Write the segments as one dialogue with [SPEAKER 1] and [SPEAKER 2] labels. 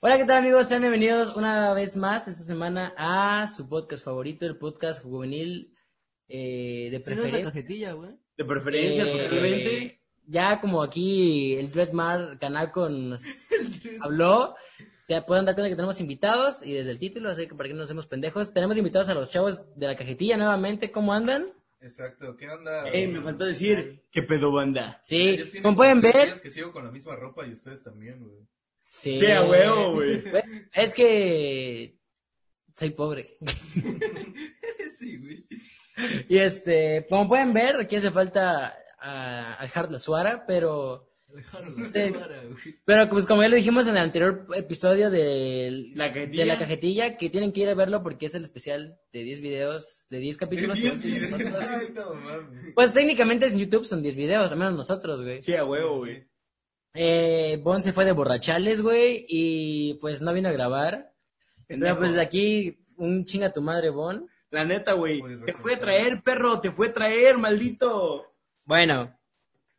[SPEAKER 1] Hola, ¿qué tal amigos? Sean bienvenidos una vez más esta semana a su podcast favorito, el podcast juvenil eh, de
[SPEAKER 2] Si no es la
[SPEAKER 1] preferencia.
[SPEAKER 2] cajetilla, güey.
[SPEAKER 3] De preferencia,
[SPEAKER 1] Eh,
[SPEAKER 3] totalmente.
[SPEAKER 1] Ya como aquí el Dreadmar canal con nos habló, se pueden dar cuenta que tenemos invitados y desde el título, así que para que no nos hacemos pendejos, tenemos invitados a los chavos de la cajetilla nuevamente, ¿cómo andan?
[SPEAKER 4] Exacto, ¿qué onda?
[SPEAKER 2] Ey, Eh, me faltó decir, ¿qué pedo banda?
[SPEAKER 1] Sí,
[SPEAKER 4] Ya tiene
[SPEAKER 1] como pueden
[SPEAKER 4] como tres
[SPEAKER 1] ver,
[SPEAKER 4] días que sigo con la misma ropa y ustedes también, güey.
[SPEAKER 1] sí,
[SPEAKER 2] Sí, a huevo, güey.
[SPEAKER 1] Güey, Es que soy pobre.
[SPEAKER 4] sí, güey.
[SPEAKER 1] Y este, como pueden ver, aquí hace falta a- al Hart La Suara, pero,
[SPEAKER 2] Dejaron la
[SPEAKER 1] Sí.
[SPEAKER 2] cámara, güey.
[SPEAKER 1] pero pues como ya lo dijimos en el anterior episodio del-
[SPEAKER 2] La cajetilla.
[SPEAKER 1] de la cajetilla, que tienen que ir a verlo porque es el especial de 10 videos, de 10 capítulos.
[SPEAKER 2] De 10
[SPEAKER 1] igual que
[SPEAKER 2] videos.
[SPEAKER 1] nosotros.
[SPEAKER 4] Ay, no mames.
[SPEAKER 1] Pues técnicamente en YouTube son 10 videos, al menos nosotros, güey.
[SPEAKER 2] Sí, a huevo, güey.
[SPEAKER 1] Eh, Bon se fue de borrachales, güey, y pues no vino a grabar. Pero
[SPEAKER 2] Pendejo.
[SPEAKER 1] pues de aquí, un chinga tu madre, Bon.
[SPEAKER 2] La neta, güey.
[SPEAKER 4] Muy
[SPEAKER 2] Te fue a traer, perro, te fue a traer, maldito.
[SPEAKER 1] Bueno,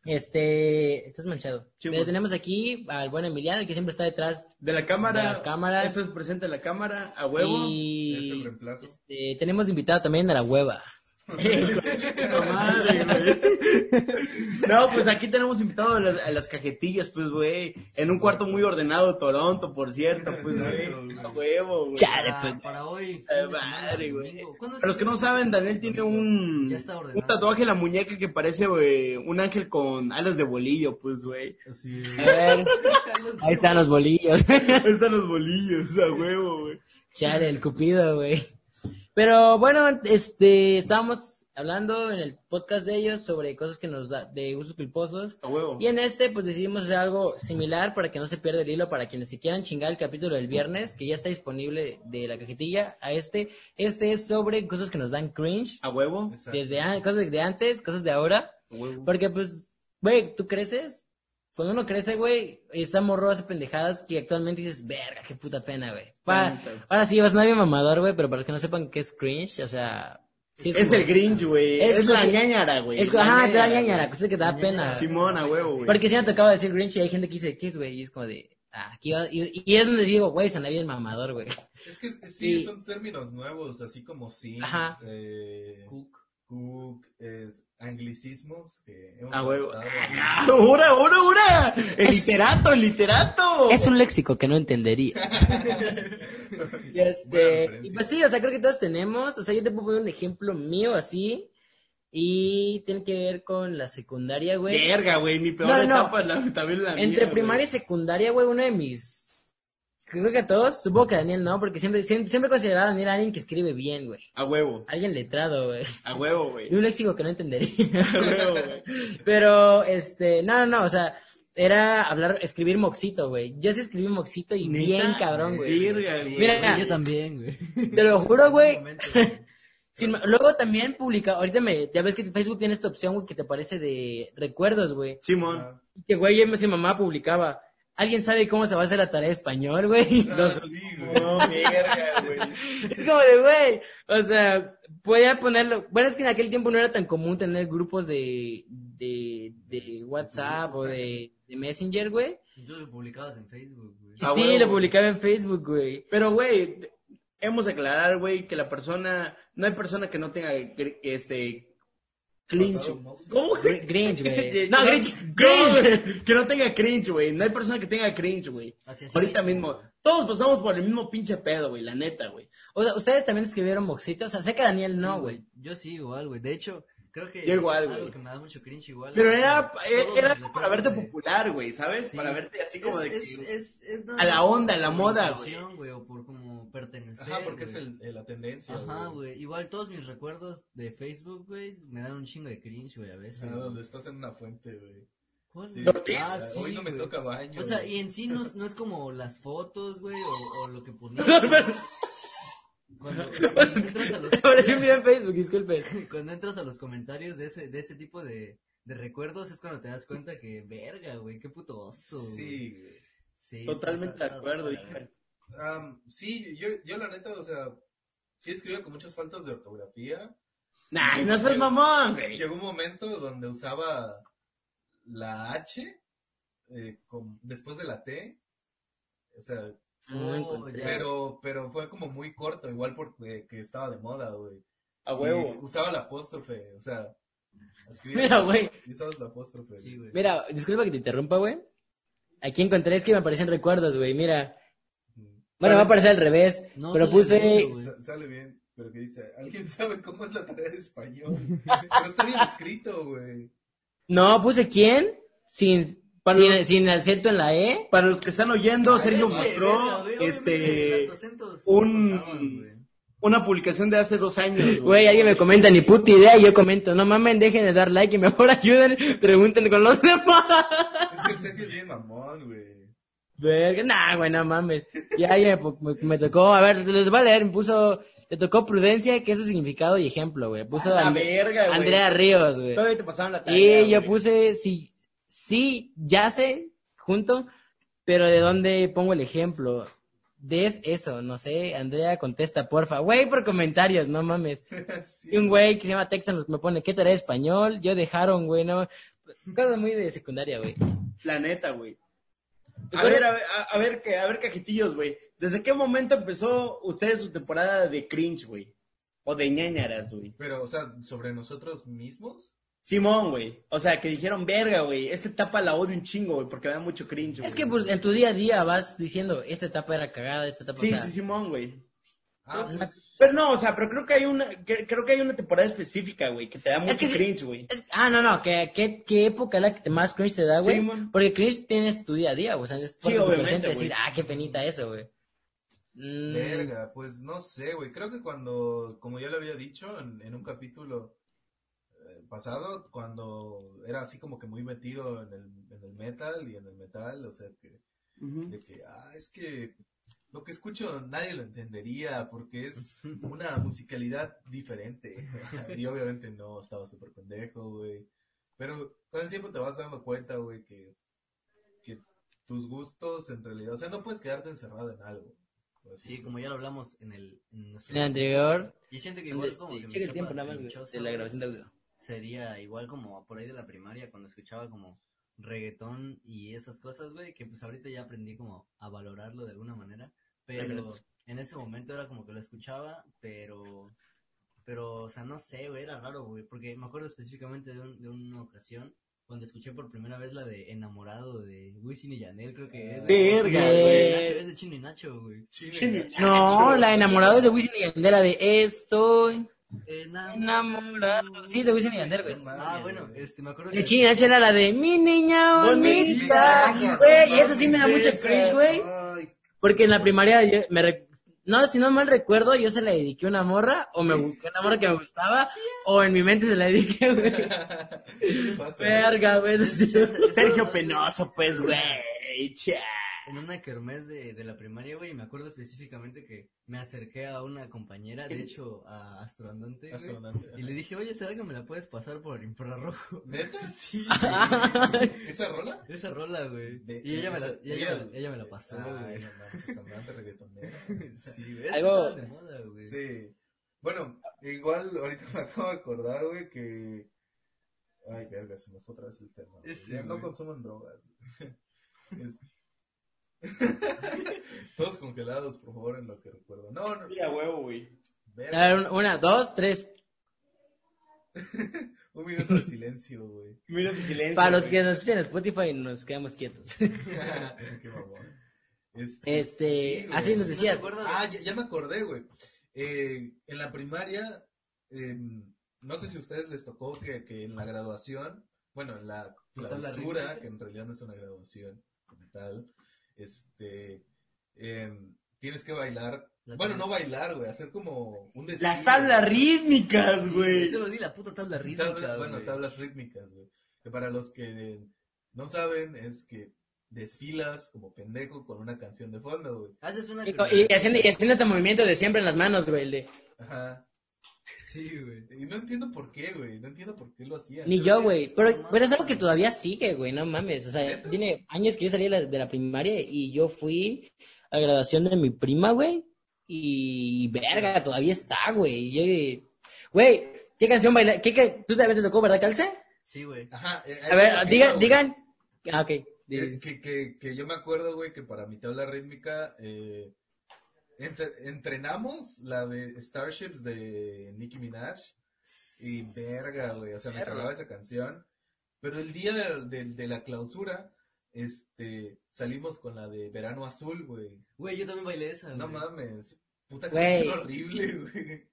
[SPEAKER 1] este, estás manchado.
[SPEAKER 2] Sí,
[SPEAKER 1] Pero
[SPEAKER 2] güey.
[SPEAKER 1] tenemos aquí al buen Emiliano, el que siempre está detrás.
[SPEAKER 2] De la cámara.
[SPEAKER 1] De las cámaras.
[SPEAKER 2] Eso es presente en la cámara, a huevo.
[SPEAKER 4] Es el
[SPEAKER 1] Y
[SPEAKER 4] reemplazo.
[SPEAKER 1] este, tenemos de invitado también a la hueva.
[SPEAKER 2] No, madre, güey. No, pues aquí tenemos invitado a las, a las cajetillas, pues, güey. En un cuarto muy ordenado de Toronto, por cierto, pues, güey. A huevo, güey.
[SPEAKER 1] Chale,
[SPEAKER 5] para,
[SPEAKER 1] pues.
[SPEAKER 5] para hoy. fin
[SPEAKER 2] Eh,
[SPEAKER 5] de semana,
[SPEAKER 2] madre, güey.
[SPEAKER 5] domingo. ¿Cuándo es
[SPEAKER 2] Para los que no saben, Daniel tiene un,
[SPEAKER 5] Ya está ordenado.
[SPEAKER 2] un tatuaje en la muñeca que parece güey, un ángel con alas de bolillo, pues, güey.
[SPEAKER 4] Así,
[SPEAKER 1] A ver, ahí están los bolillos.
[SPEAKER 2] Ahí están los bolillos, a huevo, güey.
[SPEAKER 1] Chale, el cupido, güey. Pero bueno, este, estábamos hablando en el podcast de ellos sobre cosas que nos da, de usos culposos.
[SPEAKER 2] A huevo.
[SPEAKER 1] Y en este, pues decidimos hacer algo similar para que no se pierda el hilo, para quienes se quieran chingar el capítulo del viernes, que ya está disponible de la cajetilla a este. Este es sobre cosas que nos dan cringe,
[SPEAKER 2] A huevo.
[SPEAKER 4] exacto.
[SPEAKER 1] desde an- cosas de antes, cosas de ahora.
[SPEAKER 2] A huevo.
[SPEAKER 1] Porque, pues, güey, tú creces. Cuando uno crece, güey, está morro, hace pendejadas que actualmente dices, verga, qué puta pena, güey. Pa-
[SPEAKER 2] Tanta.
[SPEAKER 1] Ahora sí, vas a bien mamador, güey, pero para los que no sepan qué es cringe, o sea. sí
[SPEAKER 2] Es,
[SPEAKER 1] como-
[SPEAKER 2] el Grinch, güey.
[SPEAKER 1] Es
[SPEAKER 2] Es, la
[SPEAKER 1] como-
[SPEAKER 2] ñañara, güey.
[SPEAKER 1] es como-
[SPEAKER 2] La
[SPEAKER 1] ajá, te da
[SPEAKER 2] ñañara,
[SPEAKER 1] ñañara,
[SPEAKER 2] güey.
[SPEAKER 1] cosa que te da pena.
[SPEAKER 2] Simón, a huevo, güey.
[SPEAKER 1] Porque si me ha tocado decir Grinch y hay gente que dice, ¿qué es, güey? Y es como de, ah, aquí va. Y, y es donde digo, güey, suena bien mamador, güey.
[SPEAKER 4] Es que es- sí,
[SPEAKER 1] Sí.
[SPEAKER 4] son términos nuevos, así como sí.
[SPEAKER 1] Ajá.
[SPEAKER 4] Eh,
[SPEAKER 5] Cook.
[SPEAKER 4] cook, es, anglicismos. Que hemos
[SPEAKER 2] A huevo.
[SPEAKER 4] adoptado.
[SPEAKER 2] ¡Ura, ura, ura! ¡El
[SPEAKER 1] Es-
[SPEAKER 2] literato, el literato!
[SPEAKER 1] Es un léxico que no entendería. y,
[SPEAKER 4] Buena
[SPEAKER 1] este,
[SPEAKER 4] referencia.
[SPEAKER 1] y pues sí, o sea, creo que todos tenemos. O sea, yo te puedo poner un ejemplo mío así. Y tiene que ver con la secundaria, güey.
[SPEAKER 2] Verga, güey. Mi peor
[SPEAKER 1] No, no.
[SPEAKER 2] etapa es la, también la mía,
[SPEAKER 1] Entre
[SPEAKER 2] güey.
[SPEAKER 1] primaria y secundaria, güey, uno de mis. Creo que a todos, supongo que a Daniel no, porque siempre, siempre, siempre he considerado a Daniel alguien que escribe bien, güey.
[SPEAKER 2] A huevo.
[SPEAKER 1] Alguien letrado, güey.
[SPEAKER 2] A huevo, güey.
[SPEAKER 1] Y un léxico que no entendería.
[SPEAKER 2] A huevo, güey.
[SPEAKER 1] Pero, este, no, no, o sea, era hablar, escribir moxito, güey. Yo sí escribí moxito y
[SPEAKER 2] Neta,
[SPEAKER 1] bien cabrón, güey.
[SPEAKER 2] Verga, güey.
[SPEAKER 1] Mira,
[SPEAKER 5] Güey, yo también, güey.
[SPEAKER 1] Te lo juro, güey.
[SPEAKER 5] Momento, güey.
[SPEAKER 1] Sin ma- luego también publica, ahorita me, ya ves que Facebook tiene esta opción, güey, que te parece de recuerdos, güey.
[SPEAKER 2] Simón.
[SPEAKER 4] Ah,
[SPEAKER 1] Y Que, güey, yo mi mamá publicaba. ¿Alguien sabe cómo se va a hacer la tarea de español, güey?
[SPEAKER 4] ah,
[SPEAKER 2] Dos-
[SPEAKER 4] sí, güey.
[SPEAKER 2] No, verga, güey.
[SPEAKER 1] Es como de, güey, o sea, podía ponerlo. Bueno, es que en aquel tiempo no era tan común tener grupos de, de, de WhatsApp o de, de Messenger, güey.
[SPEAKER 5] Tú lo publicabas en Facebook, güey.
[SPEAKER 2] Ah,
[SPEAKER 1] sí,
[SPEAKER 2] huevo,
[SPEAKER 1] lo
[SPEAKER 2] güey.
[SPEAKER 1] publicaba en Facebook, güey.
[SPEAKER 2] Pero, güey, hemos de aclarar, güey, que la persona... No hay persona que no tenga, gr- este... Clinch.
[SPEAKER 4] Pasado mouse.
[SPEAKER 2] ¿Cómo?
[SPEAKER 1] Gr- Grinch, güey. Eh, No,
[SPEAKER 2] No,
[SPEAKER 1] Grinch,
[SPEAKER 2] no,
[SPEAKER 1] Grinch.
[SPEAKER 2] güey, Que no tenga cringe, güey. No hay persona que tenga cringe, güey.
[SPEAKER 5] Así, así.
[SPEAKER 2] Ahorita mismo. Todos pasamos por el mismo pinche pedo, güey. La neta, güey.
[SPEAKER 1] O sea, ustedes también escribieron moxitos. O sea, sé que Daniel
[SPEAKER 5] Sí,
[SPEAKER 1] no, güey.
[SPEAKER 5] Yo sí, igual, güey. De hecho, creo que.
[SPEAKER 2] Yo igual,
[SPEAKER 5] Algo
[SPEAKER 2] güey.
[SPEAKER 5] que me da mucho cringe, igual.
[SPEAKER 2] Pero
[SPEAKER 5] es
[SPEAKER 2] era,
[SPEAKER 5] que
[SPEAKER 2] era,
[SPEAKER 5] todos
[SPEAKER 2] era
[SPEAKER 5] los
[SPEAKER 2] como para verte
[SPEAKER 5] recuerdos, güey.
[SPEAKER 2] popular, güey, ¿sabes?
[SPEAKER 5] Sí.
[SPEAKER 2] Para verte así como de que...
[SPEAKER 5] Es, es, es, es nada
[SPEAKER 2] a la
[SPEAKER 5] más
[SPEAKER 2] onda, a la
[SPEAKER 5] por
[SPEAKER 2] moda,
[SPEAKER 5] imitación, güey. O por como pertenecer.
[SPEAKER 4] Ajá, porque es
[SPEAKER 5] güey.
[SPEAKER 4] el, eh, la tendencia.
[SPEAKER 5] Ajá, güey. Igual todos mis recuerdos de Facebook, güey, me dan un chingo de cringe, güey, a
[SPEAKER 4] O
[SPEAKER 5] veces.
[SPEAKER 4] sea,
[SPEAKER 5] güey.
[SPEAKER 4] donde estás en una fuente, güey.
[SPEAKER 5] ¿Cuál,
[SPEAKER 4] Sí.
[SPEAKER 5] güey?
[SPEAKER 4] O sea, Hoy no me
[SPEAKER 5] Ah, güey.
[SPEAKER 4] toca baño.
[SPEAKER 5] O sea,
[SPEAKER 4] güey.
[SPEAKER 5] y en sí no, es- no es como las fotos, güey, o, o lo que ponías. Cuando, cuando entras a los,
[SPEAKER 1] Apareció un video en Facebook, disculpen.
[SPEAKER 5] cuando entras a los comentarios de ese, de ese tipo de, de recuerdos es cuando te das cuenta que, verga, güey, qué puto oso. güey.
[SPEAKER 4] Sí, güey.
[SPEAKER 5] Sí, está-
[SPEAKER 2] Totalmente
[SPEAKER 5] está-
[SPEAKER 2] de
[SPEAKER 5] está-
[SPEAKER 2] acuerdo,
[SPEAKER 5] está-
[SPEAKER 2] hija.
[SPEAKER 4] Am, sí, yo, yo la neta, o sea, sí escribía con muchas faltas de ortografía.
[SPEAKER 2] Nah, no seas mamón, güey.
[SPEAKER 4] Llegó un momento donde usaba la H eh, con- después de la T. O sea,
[SPEAKER 1] No
[SPEAKER 5] Oh,
[SPEAKER 1] encontré.
[SPEAKER 5] ya.
[SPEAKER 4] Pero, pero fue como muy corto, igual porque que estaba de moda, güey.
[SPEAKER 2] A
[SPEAKER 4] Y
[SPEAKER 2] huevo.
[SPEAKER 4] usaba la apóstrofe, o sea, escribía.
[SPEAKER 1] Mira, güey.
[SPEAKER 4] Y usabas la apóstrofe.
[SPEAKER 5] Sí, güey.
[SPEAKER 1] Mira, disculpa que te interrumpa, güey. Aquí encontré, es que me aparecen recuerdos, güey, mira. Bueno, va a aparecer al revés,
[SPEAKER 5] No,
[SPEAKER 1] pero
[SPEAKER 5] sale
[SPEAKER 1] puse...
[SPEAKER 5] bien, güey.
[SPEAKER 4] Sa- Sale bien, pero que dice, ¿alguien sabe cómo es la tarea de español? pero está bien escrito, güey.
[SPEAKER 1] No, puse quién, sin,
[SPEAKER 2] Para-
[SPEAKER 1] sin, sin acento en la E.
[SPEAKER 2] Para los que están oyendo, Sergio
[SPEAKER 5] Ese, verga,
[SPEAKER 2] mostró
[SPEAKER 5] güey, obviamente,
[SPEAKER 2] este,
[SPEAKER 5] los acentos
[SPEAKER 2] un-
[SPEAKER 5] importaban, güey.
[SPEAKER 2] una publicación de hace dos años.
[SPEAKER 1] Güey, alguien me comenta ni puta idea y yo comento, no mamen, dejen de dar like y mejor ayuden, pregunten con los demás.
[SPEAKER 4] Es que el Sergio es bien mamón, güey.
[SPEAKER 1] Verga, nah, güey, no mames. Ya, ya, po- me, me tocó, a ver, les voy a leer, me puso, te tocó prudencia, que eso es significado y ejemplo, güey. Puso
[SPEAKER 2] A la
[SPEAKER 1] And-
[SPEAKER 2] verga, güey.
[SPEAKER 1] Andrea Ríos, güey.
[SPEAKER 2] Todavía te pasaban la tarea.
[SPEAKER 1] Y yo
[SPEAKER 2] güey.
[SPEAKER 1] puse, sí, sí, ya sé, junto, pero ¿de dónde pongo el ejemplo? Des eso, no sé, Andrea contesta, porfa. Güey, por comentarios, no mames. Y
[SPEAKER 4] Sí.
[SPEAKER 1] un güey que se llama Texan me pone, ¿qué tarea de español? Yo dejaron, güey, no. Cosas muy de secundaria, güey.
[SPEAKER 2] La neta, güey.
[SPEAKER 1] ¿Tú
[SPEAKER 2] A
[SPEAKER 1] cuál-
[SPEAKER 2] ver, a ver, a, a ver, que- a ver, cajetillos, güey. ¿Desde qué momento empezó ustedes su temporada de cringe, güey? O de ñañaras, güey.
[SPEAKER 4] Pero, o sea, sobre nosotros mismos.
[SPEAKER 2] Simón, güey. O sea, que dijeron, verga, güey. Esta etapa la odio un chingo, güey, porque me da mucho cringe, güey.
[SPEAKER 1] Es que pues en tu día a día vas diciendo, esta etapa era cagada, esta etapa... o
[SPEAKER 2] Sí,
[SPEAKER 1] sea,
[SPEAKER 2] sí, Simón, güey.
[SPEAKER 4] Ah,
[SPEAKER 1] No,
[SPEAKER 4] pues,
[SPEAKER 2] Pero no, o sea, pero creo que hay una, que- creo que hay una temporada específica, güey, que te da mucho
[SPEAKER 1] que sí.
[SPEAKER 2] cringe, güey.
[SPEAKER 1] es- Ah, no, no, ¿qué, qué, qué época es la que te- más cringe te da, ¿Ah, güey?
[SPEAKER 2] Sí, mon.
[SPEAKER 1] Porque cringe tienes tu día a día, o sea, es parte de tu
[SPEAKER 2] obviamente,
[SPEAKER 1] presente
[SPEAKER 2] güey.
[SPEAKER 1] decir, ah, qué penita eso, güey. Mm,
[SPEAKER 4] Verga, pues no sé, güey. Creo que cuando, como ya lo había dicho en, en un capítulo eh, pasado, cuando era así como que muy metido en el, en el metal y en el metal, o sea, que, de que, ah, es que lo que escucho nadie lo entendería porque es una musicalidad diferente. y obviamente no, estaba súper pendejo, güey. Pero con el tiempo te vas dando cuenta, güey, que, que tus gustos en realidad, o sea, no puedes quedarte encerrado en algo. por así
[SPEAKER 5] Sí, como ya lo hablamos en el... En
[SPEAKER 1] Mm, En el anterior...
[SPEAKER 5] Y siento que igual
[SPEAKER 1] donde-
[SPEAKER 5] es como que mi
[SPEAKER 1] Checa el
[SPEAKER 5] etapa
[SPEAKER 1] tiempo nada más, güey,
[SPEAKER 5] crinchosa,
[SPEAKER 1] de la
[SPEAKER 5] güey,
[SPEAKER 1] grabación de audio.
[SPEAKER 5] Sería igual como por ahí de la primaria cuando escuchaba como reggaetón y esas cosas, güey, que pues ahorita ya aprendí como a valorarlo de alguna manera, pero en ese momento era como que lo escuchaba, pero, pero, o sea, no sé, güey, era raro, güey, porque me acuerdo específicamente de, un- de una ocasión cuando escuché por primera vez la de Enamorado de Wisin y Yanel, creo que es. güey.
[SPEAKER 2] Verga,
[SPEAKER 5] Es de
[SPEAKER 1] güey.
[SPEAKER 5] Nacho, Es de Chino y Nacho, güey.
[SPEAKER 4] Chile,
[SPEAKER 2] Chile.
[SPEAKER 4] gacho.
[SPEAKER 1] No, la enamorada es de Wisin y Yandel, la de estoy
[SPEAKER 5] Eh,
[SPEAKER 2] Eh,
[SPEAKER 1] enamorado. Sí, es de Wisin y Yandel, güey.
[SPEAKER 5] Ah, bueno, este, me acuerdo
[SPEAKER 1] De China era la de mi niña bonita.
[SPEAKER 2] Bonita.
[SPEAKER 1] Güey, eso sí me da mucho
[SPEAKER 2] Princesa.
[SPEAKER 1] cringe, güey.
[SPEAKER 4] Ay,
[SPEAKER 1] Porque en la primaria, yo me re- no, si no mal recuerdo, yo se la dediqué a una morra, o me busqué una morra que me gustaba, o en mi mente se la dediqué, güey.
[SPEAKER 4] ¿qué pasa?
[SPEAKER 1] Verga, güey, eso sí.
[SPEAKER 2] Sergio Penoso, pues, güey. Cha.
[SPEAKER 5] en una kermés de, de la primaria, güey, y me acuerdo específicamente que me acerqué a una compañera, de hecho, a Astroandante, güey,
[SPEAKER 4] Astronauta.
[SPEAKER 5] y le dije, oye, ¿será que me la puedes pasar por infrarrojo?
[SPEAKER 4] ¿Neta?
[SPEAKER 5] Sí,
[SPEAKER 4] ¿Esa rola?
[SPEAKER 5] esa rola, güey. Y ella me la, y ella, me la- Ah, ella me la pasó,
[SPEAKER 4] Ay,
[SPEAKER 5] güey.
[SPEAKER 4] no mames, andante reggaetonera.
[SPEAKER 5] Sí, güey,
[SPEAKER 1] Algo-
[SPEAKER 5] eso estaba de moda, güey.
[SPEAKER 4] Sí. Bueno, igual ahorita me acabo de acordar, güey, que... Ay, verga, se me fue otra vez el tema. güey.
[SPEAKER 5] Ese,
[SPEAKER 4] Ya no
[SPEAKER 5] güey.
[SPEAKER 4] consuman drogas. Es- Todos congelados, por favor, en lo que recuerdo. No, no.
[SPEAKER 2] Mira, huevo, güey.
[SPEAKER 1] A ver,
[SPEAKER 4] Verga.
[SPEAKER 1] un- una, dos, tres.
[SPEAKER 4] Un minuto de silencio, güey.
[SPEAKER 2] Mira tu silencio.
[SPEAKER 1] Para los
[SPEAKER 2] güey.
[SPEAKER 1] que nos escuchan en Spotify, nos quedamos quietos.
[SPEAKER 4] Qué mamón. Este,
[SPEAKER 1] Este,
[SPEAKER 4] sí, güey.
[SPEAKER 1] así nos
[SPEAKER 5] No
[SPEAKER 1] decías.
[SPEAKER 5] recuerdo de-
[SPEAKER 4] Ah, ya, ya me acordé, güey. Eh, en la primaria, eh, no sé si a ustedes les tocó que, que en la graduación, bueno, en la
[SPEAKER 5] Cortar la
[SPEAKER 4] clausura,
[SPEAKER 5] rifa.
[SPEAKER 4] que en realidad no es una graduación como tal, este, eh, tienes que bailar,
[SPEAKER 5] La
[SPEAKER 4] bueno,
[SPEAKER 5] tabla-
[SPEAKER 4] no bailar, güey, hacer como un desfile.
[SPEAKER 2] Las tablas rítmicas, güey.
[SPEAKER 5] Yo se lo di la puta tabla rítmica,
[SPEAKER 4] Tabla- bueno,
[SPEAKER 5] güey.
[SPEAKER 4] tablas rítmicas, güey. Que para los que no saben, es que desfilas como pendejo con una canción de fondo, güey.
[SPEAKER 5] Haces una
[SPEAKER 1] Y,
[SPEAKER 5] kermés.
[SPEAKER 1] y haciendo, y haciendo este movimiento de siempre en las manos, güey, el de...
[SPEAKER 4] Ajá.
[SPEAKER 5] Sí, güey.
[SPEAKER 4] Y no entiendo por qué, güey. No entiendo por qué lo hacía.
[SPEAKER 1] Ni
[SPEAKER 5] Creo
[SPEAKER 1] yo,
[SPEAKER 5] que
[SPEAKER 1] güey.
[SPEAKER 5] es-
[SPEAKER 1] Pero,
[SPEAKER 5] no
[SPEAKER 1] pero es
[SPEAKER 5] mames.
[SPEAKER 1] algo que todavía sigue, güey. No mames. O sea,
[SPEAKER 4] ¿Neta?
[SPEAKER 1] tiene años que yo salí de la, de la primaria y yo fui a graduación de mi prima, güey. Y verga, todavía está, güey. Y yo- Güey, ¿qué canción baila? ¿Qué, qué- tú también te tocó, verdad, Calce?
[SPEAKER 5] Sí, güey.
[SPEAKER 4] Ajá. eh,
[SPEAKER 1] A
[SPEAKER 4] eso
[SPEAKER 1] ver,
[SPEAKER 4] es lo que
[SPEAKER 1] digan,
[SPEAKER 4] iba, güey.
[SPEAKER 1] digan. Ah, ok. Dices,
[SPEAKER 5] Eh,
[SPEAKER 4] Es que, que, que yo me acuerdo, güey, que para mi tabla rítmica eh, entre- entrenamos la de Starships de Nicki Minaj y verga, güey, o sea, me
[SPEAKER 1] Verga.
[SPEAKER 4] acababa esa canción. Pero el día de, de- de la clausura, este, salimos con la de Verano Azul, güey.
[SPEAKER 5] Güey, yo también bailé esa.
[SPEAKER 4] No
[SPEAKER 5] güey.
[SPEAKER 4] mames, puta
[SPEAKER 1] Güey.
[SPEAKER 4] canción horrible, güey.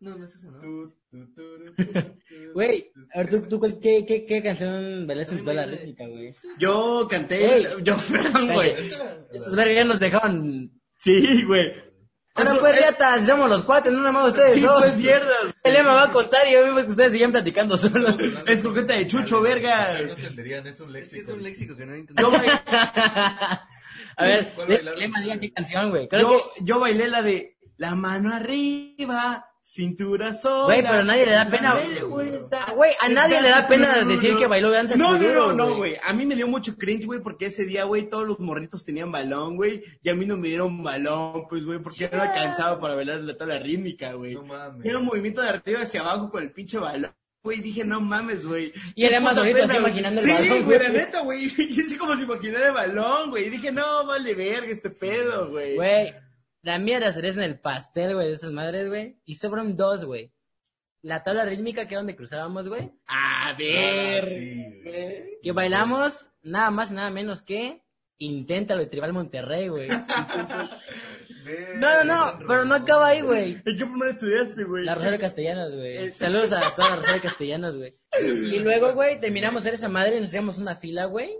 [SPEAKER 5] No, no es esa, ¿no?
[SPEAKER 4] Tu, tu, tu, tu, tu,
[SPEAKER 1] Güey,
[SPEAKER 4] tu,
[SPEAKER 1] a ver, ¿tú, tú cuál- qué, qué, qué canción bailaste en
[SPEAKER 5] También
[SPEAKER 1] toda la
[SPEAKER 5] bailé.
[SPEAKER 1] rítmica, güey?
[SPEAKER 2] Yo canté.
[SPEAKER 1] Ey.
[SPEAKER 2] Yo, perdón, güey.
[SPEAKER 4] Neta,
[SPEAKER 1] Estos vergas ya nos dejaron.
[SPEAKER 2] Sí, güey.
[SPEAKER 1] Ah, no, pues, riatas, somos los cuates, no nada más ustedes.
[SPEAKER 2] Sí,
[SPEAKER 1] dos.
[SPEAKER 2] pues mierdas.
[SPEAKER 1] El Emma va a contar y yo vimos que ustedes siguen platicando solos.
[SPEAKER 2] Es croqueta de chucho, verga.
[SPEAKER 4] No entenderían, es un
[SPEAKER 5] Es que
[SPEAKER 4] léxico.
[SPEAKER 5] es un léxico que no
[SPEAKER 2] Yo,
[SPEAKER 5] entendí.
[SPEAKER 2] ba-
[SPEAKER 1] A ver,
[SPEAKER 4] ¿Cuál
[SPEAKER 1] di-
[SPEAKER 4] bailaron
[SPEAKER 1] Emma, diga qué
[SPEAKER 4] ustedes?
[SPEAKER 1] canción, güey. Creo
[SPEAKER 2] yo,
[SPEAKER 1] que,
[SPEAKER 2] yo bailé la de la mano arriba, cintura sola.
[SPEAKER 1] Güey, pero a nadie le da
[SPEAKER 2] dame
[SPEAKER 1] pena,
[SPEAKER 2] vuelta.
[SPEAKER 1] Ah, güey, a nadie le da pena decir que bailó danza
[SPEAKER 2] No, no,
[SPEAKER 1] kuduro,
[SPEAKER 2] no, no,
[SPEAKER 1] güey.
[SPEAKER 2] güey. A mí me dio mucho cringe, güey, porque ese día, güey, todos los morritos tenían balón, güey. Y a mí no me dieron balón, pues, güey, porque yo no alcanzaba para bailar la tabla rítmica, güey.
[SPEAKER 4] No mames.
[SPEAKER 2] Era un movimiento de arriba hacia abajo con el pinche balón. Güey, dije, no mames, güey.
[SPEAKER 1] Y era
[SPEAKER 2] Qué
[SPEAKER 1] más
[SPEAKER 2] puta
[SPEAKER 1] ahorita así
[SPEAKER 2] pena, güey.
[SPEAKER 1] imaginando el
[SPEAKER 2] sí,
[SPEAKER 1] balón,
[SPEAKER 2] güey.
[SPEAKER 1] güey.
[SPEAKER 2] la neta, güey. Es como si imaginara el balón, güey. Y dije, no, vale verga este pedo, güey.
[SPEAKER 1] Güey, la mía era cereza en el pastel, güey, de esas madres, güey. Y sobran dos, güey. La tabla rítmica que era donde cruzábamos, güey.
[SPEAKER 2] A
[SPEAKER 4] Ah,
[SPEAKER 2] ver.
[SPEAKER 4] sí, güey.
[SPEAKER 1] Que bailamos nada más y nada menos que Inténtalo de Tribal Monterrey, güey. No, no, no, pero no acaba ahí, güey.
[SPEAKER 2] ¿En qué primaria estudiaste, güey?
[SPEAKER 1] La Rosario Castellanos, güey. Saludos a toda la Rosario Castellanos, güey. Y luego, güey, terminamos hacer esa madre y nos hacíamos una fila, güey.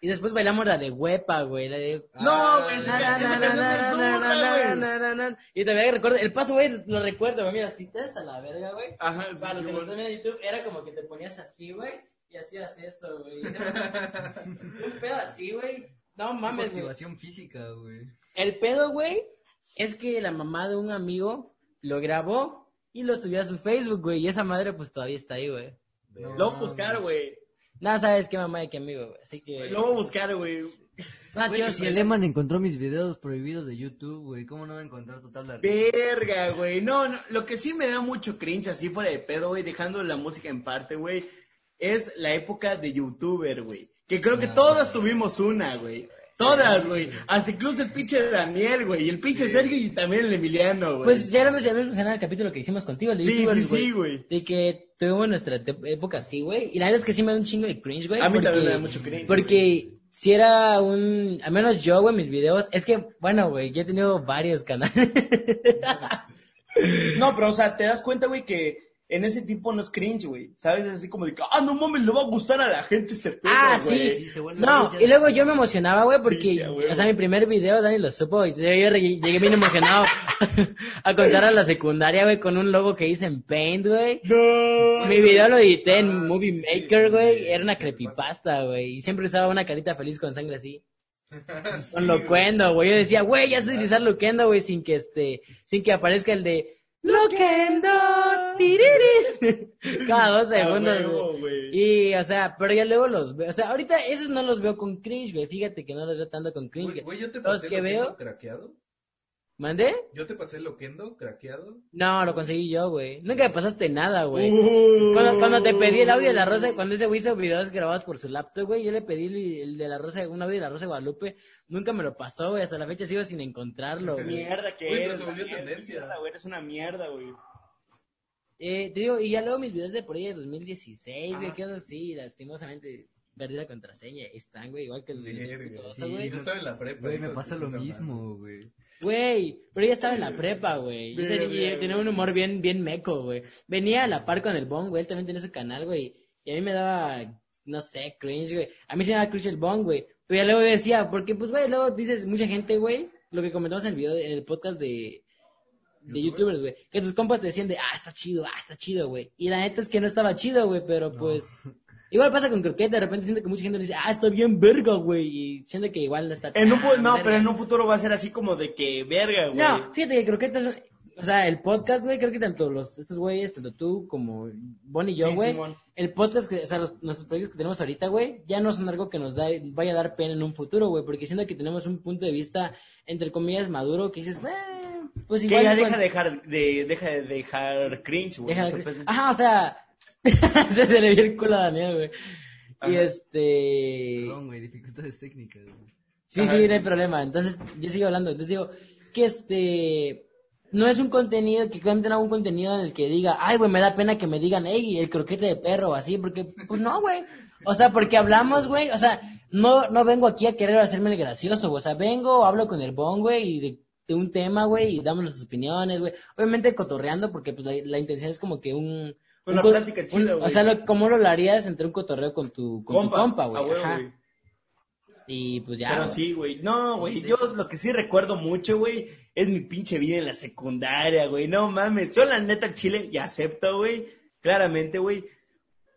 [SPEAKER 1] Y después bailamos la de huepa, güey. La de...
[SPEAKER 2] No, güey,
[SPEAKER 4] Ah,
[SPEAKER 2] esa
[SPEAKER 1] Na, na,
[SPEAKER 2] canción
[SPEAKER 1] na,
[SPEAKER 2] es
[SPEAKER 1] na,
[SPEAKER 2] una
[SPEAKER 1] na, na, na,
[SPEAKER 2] zurda, güey.
[SPEAKER 1] na, na, na, na. Y todavía recuerdo, el paso, güey, lo recuerdo, güey. Mira, si estás a la verga, güey.
[SPEAKER 2] Ajá, sí,
[SPEAKER 1] Para los
[SPEAKER 2] sí,
[SPEAKER 1] que nos
[SPEAKER 2] güey.
[SPEAKER 1] ven en YouTube, era como que te ponías así, güey, y hacías esto, güey. Y hacías- Un pedo así, güey. No mames, güey.
[SPEAKER 5] Motivación física, güey.
[SPEAKER 1] El pedo, güey, es que la mamá de un amigo lo grabó y lo subió a su Facebook, güey. Y esa madre, pues todavía está ahí, güey.
[SPEAKER 5] No,
[SPEAKER 2] Lo voy a buscar, güey.
[SPEAKER 1] Nada, sabes qué mamá y qué amigo, güey. Así que.
[SPEAKER 2] Lo voy a buscar, güey.
[SPEAKER 1] Son las
[SPEAKER 5] Güey,
[SPEAKER 1] chivas
[SPEAKER 5] si el
[SPEAKER 1] que-
[SPEAKER 5] Eman encontró mis videos prohibidos de YouTube, güey, ¿cómo no va a encontrar tu tabla?
[SPEAKER 2] Verga, güey. No, no, lo que sí me da mucho cringe así fuera de pedo, güey, dejando la música en parte, güey, es la época de youtuber, güey. Que creo que todas tuvimos una, Ah, güey. Todas, güey. Hasta incluso el pinche Daniel, güey. Y el pinche Sergio y también el Emiliano, güey.
[SPEAKER 1] Pues ya lo mencionamos en el capítulo que hicimos contigo, el de
[SPEAKER 2] Sí,
[SPEAKER 1] youtubers,
[SPEAKER 2] sí, sí, güey.
[SPEAKER 1] De que tuvimos nuestra te- época así, güey. Y la verdad es que sí me da un chingo de cringe, güey.
[SPEAKER 2] A mí también
[SPEAKER 1] porque-
[SPEAKER 2] me da mucho cringe.
[SPEAKER 1] Porque si era un, al menos yo, güey, mis videos, es que, bueno, güey, yo he tenido varios canales.
[SPEAKER 2] güey. No, pero o sea, te das cuenta, güey, que en ese tipo no es cringe, güey. ¿Sabes? Es así como de, que, ah, no mames, le va a gustar a la gente este pedo,
[SPEAKER 1] ah,
[SPEAKER 2] güey.
[SPEAKER 1] sí.
[SPEAKER 5] Sí, se vuelve
[SPEAKER 1] no,
[SPEAKER 5] cringe ya
[SPEAKER 1] y
[SPEAKER 5] de-
[SPEAKER 1] luego yo me emocionaba, güey, porque,
[SPEAKER 2] Sí, sí, a huevo.
[SPEAKER 1] o sea, mi primer video, Dani lo supo, y yo yo re- llegué bien emocionado a contar a la secundaria, güey, con un logo que hice en Paint, güey.
[SPEAKER 2] No.
[SPEAKER 1] Mi video lo edité en
[SPEAKER 4] Ah, sí,
[SPEAKER 1] Movie
[SPEAKER 4] sí,
[SPEAKER 1] Maker,
[SPEAKER 4] sí,
[SPEAKER 1] güey.
[SPEAKER 4] sí,
[SPEAKER 1] era una
[SPEAKER 4] creepypasta.
[SPEAKER 1] creepypasta, güey. Y siempre usaba una carita feliz con sangre así.
[SPEAKER 4] Ah, Sí,
[SPEAKER 1] Con locuendo, güey. Yo decía, güey, ya sé utilizar loquendo, güey, sin que este, sin que aparezca el de loquendo. tiriri". Cada dos
[SPEAKER 2] A
[SPEAKER 1] segundos,
[SPEAKER 2] huevo,
[SPEAKER 1] güey.
[SPEAKER 2] güey.
[SPEAKER 1] Y, o sea, pero ya luego los veo. O sea, ahorita esos no los veo con cringe, güey. Fíjate que no los veo tanto con cringe.
[SPEAKER 4] Güey,
[SPEAKER 1] güey.
[SPEAKER 4] güey, yo te
[SPEAKER 1] Los
[SPEAKER 4] pasé
[SPEAKER 1] que
[SPEAKER 4] Loquendo
[SPEAKER 1] veo-
[SPEAKER 4] craqueado.
[SPEAKER 1] ¿Mandé?
[SPEAKER 4] Yo te pasé Loquendo craqueado.
[SPEAKER 1] No, lo conseguí yo, güey. Nunca me pasaste nada, güey.
[SPEAKER 2] Uh.
[SPEAKER 1] Cuando, cuando te pedí el audio de la Rosa, cuando ese güey hizo videos grabados por su laptop, güey, yo le pedí el, el de la Rosa, un audio de la Rosa de Guadalupe, nunca me lo pasó, güey, hasta la fecha sigo sin encontrarlo, güey.
[SPEAKER 2] Mierda que
[SPEAKER 4] Uy, pero
[SPEAKER 2] eres.
[SPEAKER 4] se volvió
[SPEAKER 2] Daniel,
[SPEAKER 4] tendencia.
[SPEAKER 2] mierda, güey, eres una mierda, güey.
[SPEAKER 1] Eh, te digo, y ya luego mis videos de por ahí de 2016, güey,
[SPEAKER 4] Ajá.
[SPEAKER 1] qué así, lastimosamente perdí la contraseña, ahí están, güey, igual que el de
[SPEAKER 4] Verga,
[SPEAKER 1] Picosa,
[SPEAKER 4] sí,
[SPEAKER 1] güey.
[SPEAKER 4] yo estaba en la prepa.
[SPEAKER 5] Güey,
[SPEAKER 4] hijo
[SPEAKER 5] me
[SPEAKER 4] de
[SPEAKER 5] pasa
[SPEAKER 4] su
[SPEAKER 5] lo
[SPEAKER 4] puta madre.
[SPEAKER 5] mismo, güey.
[SPEAKER 1] Güey, pero ya estaba en la prepa, güey. Yo
[SPEAKER 2] Verga,
[SPEAKER 1] tenía, tenía un humor bien, bien meco, güey. Venía a la par con el Bong, güey. Él también tenía su canal, güey. Y a mí me daba, no sé, cringe, güey. A mí se me daba cringe el Bong, güey. Pero ya luego decía, porque, pues, güey, luego dices, mucha gente, güey, lo que comentamos en el video, de- en el podcast de, de
[SPEAKER 4] ¿Youtubers?
[SPEAKER 1] youtubers, güey. Que tus compas te decían de, ah, está chido, ah, está chido, güey. Y la neta es que no estaba chido, güey, pero pues. Igual pasa con Croqueta, de repente siento que mucha gente le dice, ah, está bien verga, güey. Y siento que igual no está
[SPEAKER 2] En un fu-
[SPEAKER 1] tan
[SPEAKER 2] no,
[SPEAKER 1] verga.
[SPEAKER 2] pero en un futuro va a ser así como de que verga, güey.
[SPEAKER 1] No, fíjate que croqueta es. O sea, el podcast, güey, creo que tanto los, estos güeyes, tanto tú como Bon y yo,
[SPEAKER 2] Sí,
[SPEAKER 1] güey.
[SPEAKER 2] Simón.
[SPEAKER 1] el podcast, que, o sea, los- nuestros proyectos que tenemos ahorita, güey, ya no son algo que nos da, vaya a dar pena en un futuro, güey, porque siento que tenemos un punto de vista, entre comillas, maduro, que dices, "Ah, pues
[SPEAKER 2] que
[SPEAKER 1] igual.
[SPEAKER 2] ya
[SPEAKER 1] igual-
[SPEAKER 2] deja de dejar, de, deja de dejar cringe, güey.
[SPEAKER 1] deja
[SPEAKER 2] O sea,
[SPEAKER 1] de-
[SPEAKER 2] pues,
[SPEAKER 1] Ajá, o sea, se, se le vio el culo a Daniel, güey. Y este.
[SPEAKER 5] Perdón, güey, dificultades técnicas. güey.
[SPEAKER 1] Sí, sí, no hay problema. Entonces, yo sigo hablando. Entonces digo, que este. No es un contenido que claramente no hago un contenido en el que diga, ay, güey, me da pena que me digan, hey, el croquete de perro, así, porque, pues no, güey. O sea, porque hablamos, güey, o sea, no, no vengo aquí a querer hacerme el gracioso, güey. O sea, vengo, hablo con el bon, güey, y de, de un tema, güey, y damos nuestras opiniones, güey. Obviamente cotorreando, porque, pues, la, la intención es como que un.
[SPEAKER 2] Una
[SPEAKER 1] un co-
[SPEAKER 2] plática chida,
[SPEAKER 1] un-
[SPEAKER 2] güey.
[SPEAKER 1] O sea, lo- ¿cómo lo harías entre un cotorreo con tu, con tu compa,
[SPEAKER 2] a
[SPEAKER 1] güey?
[SPEAKER 2] huevo,
[SPEAKER 1] Ajá.
[SPEAKER 2] güey.
[SPEAKER 1] Y pues ya.
[SPEAKER 2] Pero
[SPEAKER 1] güey.
[SPEAKER 2] sí, güey. No, güey. Yo lo que sí recuerdo mucho, güey, es mi pinche vida en la secundaria, güey. No mames. Yo, la neta, al Chile, y acepto, güey. Claramente, güey.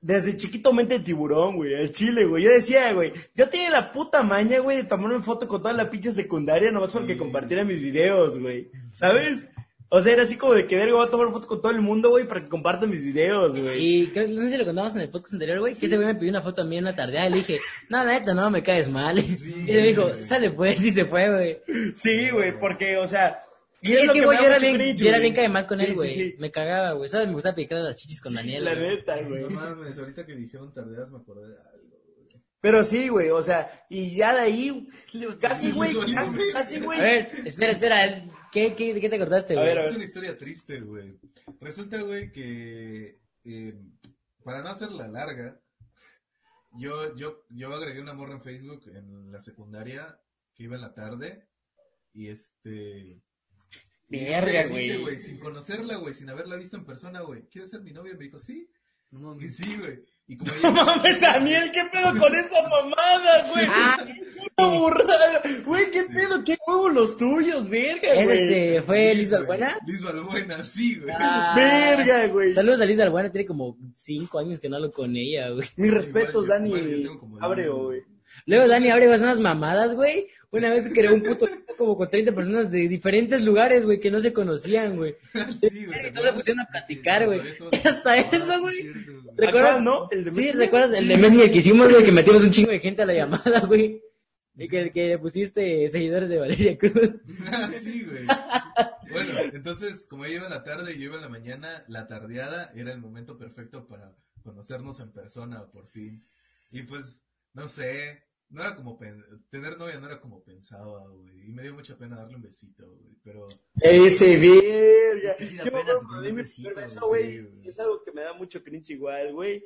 [SPEAKER 2] Desde chiquito mente de tiburón, güey, al chile, güey. Yo decía, güey, yo tenía la puta maña, güey, de tomarme foto con toda la pinche secundaria nomás porque compartiera mis videos, güey. ¿Sabes? O sea, era así como de que, verga, voy a tomar foto con todo el mundo, güey, para que compartan mis videos, güey.
[SPEAKER 1] Y creo, no sé si lo contamos en el podcast anterior, güey, que ese güey me pidió una foto a mí en una tardeada y le dije, no, la neta, no, me caes mal. y le dijo, sale pues, y se fue, güey.
[SPEAKER 2] Sí, güey, porque, o sea... y
[SPEAKER 1] Y es
[SPEAKER 2] lo
[SPEAKER 1] que,
[SPEAKER 2] me
[SPEAKER 1] güey,
[SPEAKER 2] da
[SPEAKER 1] yo era
[SPEAKER 2] mucho
[SPEAKER 1] bien,
[SPEAKER 2] cringe,
[SPEAKER 1] yo era
[SPEAKER 2] güey.
[SPEAKER 1] bien cae mal con
[SPEAKER 2] Sí,
[SPEAKER 1] él,
[SPEAKER 2] sí,
[SPEAKER 1] güey.
[SPEAKER 2] sí.
[SPEAKER 1] Me cagaba, güey. Solo me gustaba picar las chichis con Daniel,
[SPEAKER 2] La
[SPEAKER 1] güey.
[SPEAKER 2] neta, güey.
[SPEAKER 4] No mames, ahorita que dijeron tardeadas me acordé de algo.
[SPEAKER 2] Pero sí, güey, o sea, y ya de ahí, casi, güey, casi, casi,
[SPEAKER 1] A
[SPEAKER 2] güey.
[SPEAKER 1] ver, espera, espera. ¿Qué, qué, ¿De qué te acordaste,
[SPEAKER 2] A
[SPEAKER 1] güey?
[SPEAKER 2] ver, a
[SPEAKER 4] Es una historia triste, güey. Resulta, güey, que eh, para no hacerla larga, yo, yo, yo agregué una morra en Facebook en la secundaria que iba en la tarde y este...
[SPEAKER 2] Verga,
[SPEAKER 4] le dije,
[SPEAKER 2] güey.
[SPEAKER 4] Sin conocerla, güey, sin haberla visto en persona, güey. ¿Quieres ser mi novia? Me dijo, sí.
[SPEAKER 5] No
[SPEAKER 4] Y
[SPEAKER 5] mames.
[SPEAKER 4] sí, güey. Y como
[SPEAKER 2] No
[SPEAKER 4] ella...
[SPEAKER 2] mames, Daniel, ¿qué pedo con esa mamada, güey?
[SPEAKER 1] Ah.
[SPEAKER 2] Una burrada. Güey, ¿qué pedo? ¿Qué huevos los tuyos, verga,
[SPEAKER 1] ¿Es
[SPEAKER 2] güey?
[SPEAKER 1] este, fue Liz Balbuena?
[SPEAKER 4] Liz Balbuena, sí, güey.
[SPEAKER 1] Ah.
[SPEAKER 2] Verga, güey.
[SPEAKER 1] Saludos a Liz Balbuena, tiene como cinco años que no hablo con ella, güey.
[SPEAKER 2] Mis
[SPEAKER 4] Igual
[SPEAKER 2] respetos,
[SPEAKER 4] yo- igual yo
[SPEAKER 2] Dani.
[SPEAKER 4] tengo como
[SPEAKER 2] Abreo,
[SPEAKER 4] diez,
[SPEAKER 2] güey.
[SPEAKER 1] Luego Dani Abrego hace unas mamadas, güey. Una vez creó un puto grupo como con 30 personas de diferentes lugares, güey, que no se conocían, güey.
[SPEAKER 4] Sí, güey.
[SPEAKER 1] Que
[SPEAKER 4] ¿te
[SPEAKER 1] no se
[SPEAKER 4] acuerdas?
[SPEAKER 1] pusieron a platicar, güey.
[SPEAKER 4] Por eso-
[SPEAKER 1] Hasta
[SPEAKER 5] Ah,
[SPEAKER 1] eso,
[SPEAKER 5] sí,
[SPEAKER 1] güey.
[SPEAKER 5] cierto, güey.
[SPEAKER 1] ¿Recuerdas?
[SPEAKER 2] Acá, ¿no? El de
[SPEAKER 1] Sí,
[SPEAKER 2] Messenger.
[SPEAKER 1] ¿recuerdas el de Messenger que hicimos, güey, que metimos un chingo de gente a la llamada, güey? Y que, que le pusiste seguidores de Valeria Cruz.
[SPEAKER 4] Ah, sí, güey. Bueno, entonces, como ella iba en la tarde y yo iba en la mañana, la tardeada era el momento perfecto para conocernos en persona, por fin. Y pues, no sé, no era como, pen- tener novia no era como pensaba, güey. Y me dio mucha pena darle un besito, güey. Pero,
[SPEAKER 2] Ese verga.
[SPEAKER 5] Es que sí da
[SPEAKER 2] Yo me
[SPEAKER 5] pena
[SPEAKER 2] acuerdo
[SPEAKER 5] tu
[SPEAKER 2] cuando
[SPEAKER 5] primer
[SPEAKER 2] di mi
[SPEAKER 5] besito,
[SPEAKER 2] primer beso,
[SPEAKER 5] güey,
[SPEAKER 4] sí,
[SPEAKER 2] güey.
[SPEAKER 4] güey.
[SPEAKER 2] Es algo que me da mucho cringe igual, güey.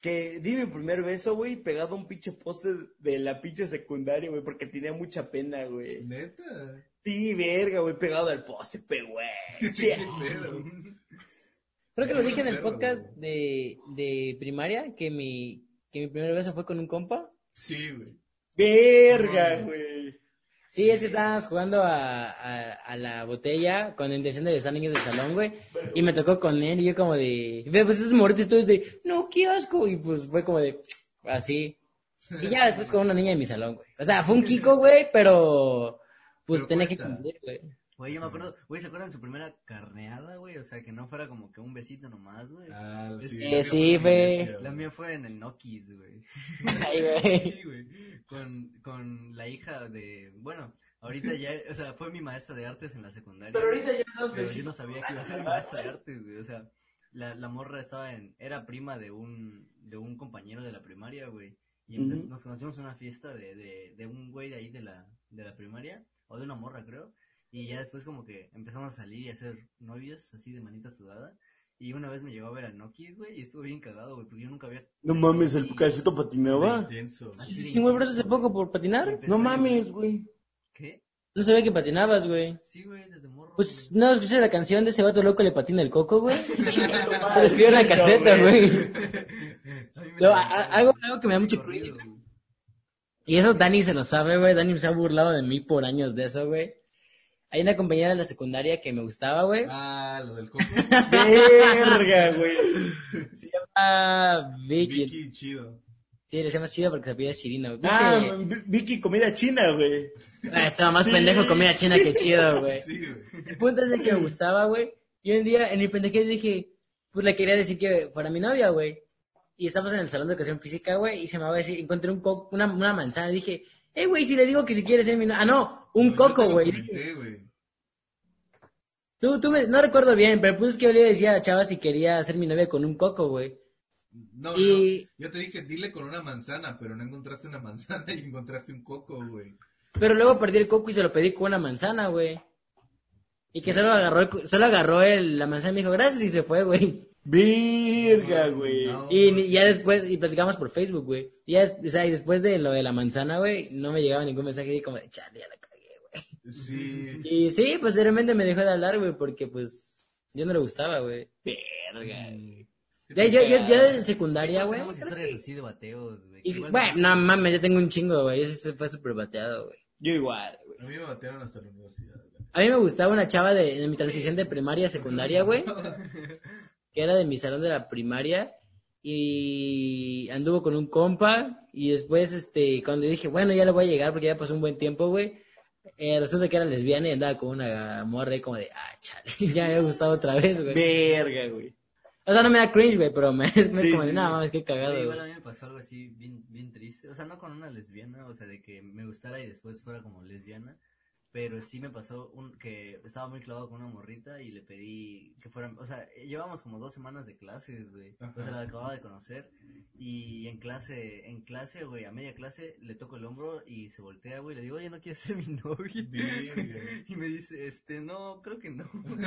[SPEAKER 2] Que di mi primer beso, güey, pegado a un pinche poste de la pinche secundaria, güey, porque tenía mucha pena, güey.
[SPEAKER 4] neta,
[SPEAKER 2] Sí, verga, güey, pegado al poste, pe, güey. Che.
[SPEAKER 4] qué pedo.
[SPEAKER 1] Creo que lo dije en el
[SPEAKER 4] Perro,
[SPEAKER 1] podcast de, de primaria, que mi, que mi primer beso fue con un compa.
[SPEAKER 4] Sí, güey.
[SPEAKER 2] Verga, güey.
[SPEAKER 1] Sí, es que estábamos jugando a, a, a la botella con la intención de besar niños del salón, güey. Y me tocó con él y yo como de... "Ve, Pues este es morrito y todo es de... No, qué asco. Y pues fue como de... Así. Y ya después con una niña de mi salón, güey. O sea, fue un Kiko, güey, pero... Pues
[SPEAKER 4] Pero
[SPEAKER 1] tenía que
[SPEAKER 4] cuenta.
[SPEAKER 1] cumplir, güey.
[SPEAKER 5] Güey, yo me acuerdo, güey, ¿se acuerdan de su primera carneada, güey? O sea, que no fuera como que un besito nomás, güey.
[SPEAKER 4] Ah, sí,
[SPEAKER 5] Eh,
[SPEAKER 4] la mía
[SPEAKER 1] sí,
[SPEAKER 4] fue en la
[SPEAKER 1] güey.
[SPEAKER 4] iglesia,
[SPEAKER 5] La mía fue en el Nokis, güey.
[SPEAKER 1] Ay, güey.
[SPEAKER 5] Sí, güey. Con, con la hija de. Bueno, ahorita ya. O sea, fue mi maestra de artes en la secundaria.
[SPEAKER 2] Pero ahorita ya no
[SPEAKER 5] Pero yo no sabía que iba a ser mi maestra de artes, güey. O sea, la, la morra estaba en. Era prima de un, de un compañero de la primaria, güey. Y empe-
[SPEAKER 2] Ujú.
[SPEAKER 5] nos conocimos en una fiesta de, de, de un güey de ahí de la, de la primaria. O de una morra, creo. Y ya después, como que empezamos a salir y a ser novios, así de manita sudada. Y una vez me llegó a ver a Nokis, güey, y estuve bien cagado, güey, porque yo nunca había.
[SPEAKER 2] No mames, el
[SPEAKER 5] Y-
[SPEAKER 2] calceto
[SPEAKER 4] güey,
[SPEAKER 2] patinaba.
[SPEAKER 4] Intenso.
[SPEAKER 5] Así de
[SPEAKER 1] ¿Sí me
[SPEAKER 5] intenso,
[SPEAKER 1] hace poco por patinar?
[SPEAKER 5] Empezó
[SPEAKER 2] No
[SPEAKER 5] a-
[SPEAKER 2] mames, güey.
[SPEAKER 5] ¿Qué?
[SPEAKER 1] No sabía que patinabas, güey.
[SPEAKER 5] Sí, güey, desde morro.
[SPEAKER 1] Pues
[SPEAKER 5] güey.
[SPEAKER 1] no escuché la canción de ese vato loco que le patina el coco, güey.
[SPEAKER 2] Se
[SPEAKER 1] Se les pidió la caseta, güey.
[SPEAKER 5] A mí me
[SPEAKER 1] No,
[SPEAKER 5] encantaba,
[SPEAKER 1] a- a- algo-
[SPEAKER 5] güey.
[SPEAKER 1] algo que me da mucho
[SPEAKER 5] Corrido,
[SPEAKER 1] cringe,
[SPEAKER 5] güey.
[SPEAKER 1] Y eso Dani se lo sabe, güey. Dani se ha burlado de mí por años de eso, güey. Hay una compañera de la secundaria que me gustaba, güey.
[SPEAKER 4] Ah, lo del coco.
[SPEAKER 2] Verga, güey.
[SPEAKER 1] Se llama Ah, Vicky.
[SPEAKER 4] Vicky, chido.
[SPEAKER 1] Sí, le llama chida porque se pide Chirina, güey.
[SPEAKER 2] Ah,
[SPEAKER 1] Pinche-
[SPEAKER 2] Vi- Vicky, comida china, güey.
[SPEAKER 1] Ah, estaba más
[SPEAKER 2] sí.
[SPEAKER 1] pendejo comida china que chido, güey.
[SPEAKER 4] Sí, güey.
[SPEAKER 1] El punto es de que me gustaba, güey. Y un día en mi pendejez dije, pues le quería decir que fuera mi novia, güey. Y estábamos en el salón de educación física, güey, y se me va a decir, encontré un co- una, una manzana. Y dije, eh, güey, si le digo que si quiere ser mi novia. Ah, no, un
[SPEAKER 4] No, yo te
[SPEAKER 1] coco,
[SPEAKER 4] lo
[SPEAKER 1] güey. Y dije,
[SPEAKER 4] comenté, güey.
[SPEAKER 1] Tú, tú me- no recuerdo bien, pero pues es que yo le decía a la chava si quería ser mi novia con un coco, güey.
[SPEAKER 4] No,
[SPEAKER 1] Y-
[SPEAKER 4] no, yo te dije, dile con una manzana, pero no encontraste una manzana y encontraste un coco, güey.
[SPEAKER 1] Pero luego perdí el coco y se lo pedí con una manzana, güey. Y que solo agarró, el cu- solo agarró el- la manzana y me dijo, gracias, y se fue, güey.
[SPEAKER 2] Virga, güey.
[SPEAKER 4] No,
[SPEAKER 1] Y
[SPEAKER 4] no
[SPEAKER 1] ni-
[SPEAKER 4] sé.
[SPEAKER 1] ya después, y platicamos por Facebook, güey. Y, ya des- o sea, y después de lo de la manzana, güey, no me llegaba ningún mensaje y como de, chale, ya la cagué, güey.
[SPEAKER 4] Sí.
[SPEAKER 1] Y sí, pues de repente me dejó de hablar, güey, porque pues yo no le gustaba, güey.
[SPEAKER 2] Verga.
[SPEAKER 1] Ya, yo, yo, yo de secundaria,
[SPEAKER 5] Todos
[SPEAKER 1] güey.
[SPEAKER 5] Tenemos
[SPEAKER 1] creo
[SPEAKER 5] historias
[SPEAKER 1] que-
[SPEAKER 5] así de bateos, güey.
[SPEAKER 1] Y,
[SPEAKER 5] Igual-
[SPEAKER 1] bueno, no mames, yo tengo un chingo, güey. Ese se fue súper bateado, güey.
[SPEAKER 2] Yo igual, güey.
[SPEAKER 4] A mí me batearon hasta la universidad. güey.
[SPEAKER 1] A mí me gustaba una chava de, de mi transición de primaria a secundaria, güey. Que era de mi salón de la primaria. Y anduvo con un compa. Y después, este, cuando dije, bueno, ya le voy a llegar porque ya pasó un buen tiempo, güey. eh, resulta que era lesbiana y andaba con una morra y como de, ah, chale, ya me ha gustado otra vez, güey.
[SPEAKER 2] Verga, güey.
[SPEAKER 1] O sea, no me da cringe, güey, pero me, es
[SPEAKER 2] Sí,
[SPEAKER 1] como de,
[SPEAKER 2] sí,
[SPEAKER 1] no
[SPEAKER 2] sí.
[SPEAKER 1] mames, qué
[SPEAKER 5] Sí,
[SPEAKER 1] cagado,
[SPEAKER 5] igual a
[SPEAKER 1] güey.
[SPEAKER 5] mí me pasó algo así bien, bien triste. O sea, no con una lesbiana, o sea, de que me gustara y después fuera como lesbiana. Pero sí me pasó un, que estaba muy clavado con una morrita y le pedí que fueran. O sea, eh, llevábamos como dos semanas de clases, güey. O
[SPEAKER 4] Ajá.
[SPEAKER 5] sea, la acababa de conocer. Y en clase, en clase, güey, a media clase le toco el hombro y se voltea, güey. Le digo, oye, no quieres ser mi novia.
[SPEAKER 4] Virgen.
[SPEAKER 5] Y me dice, este, no, creo que no.
[SPEAKER 4] Güey,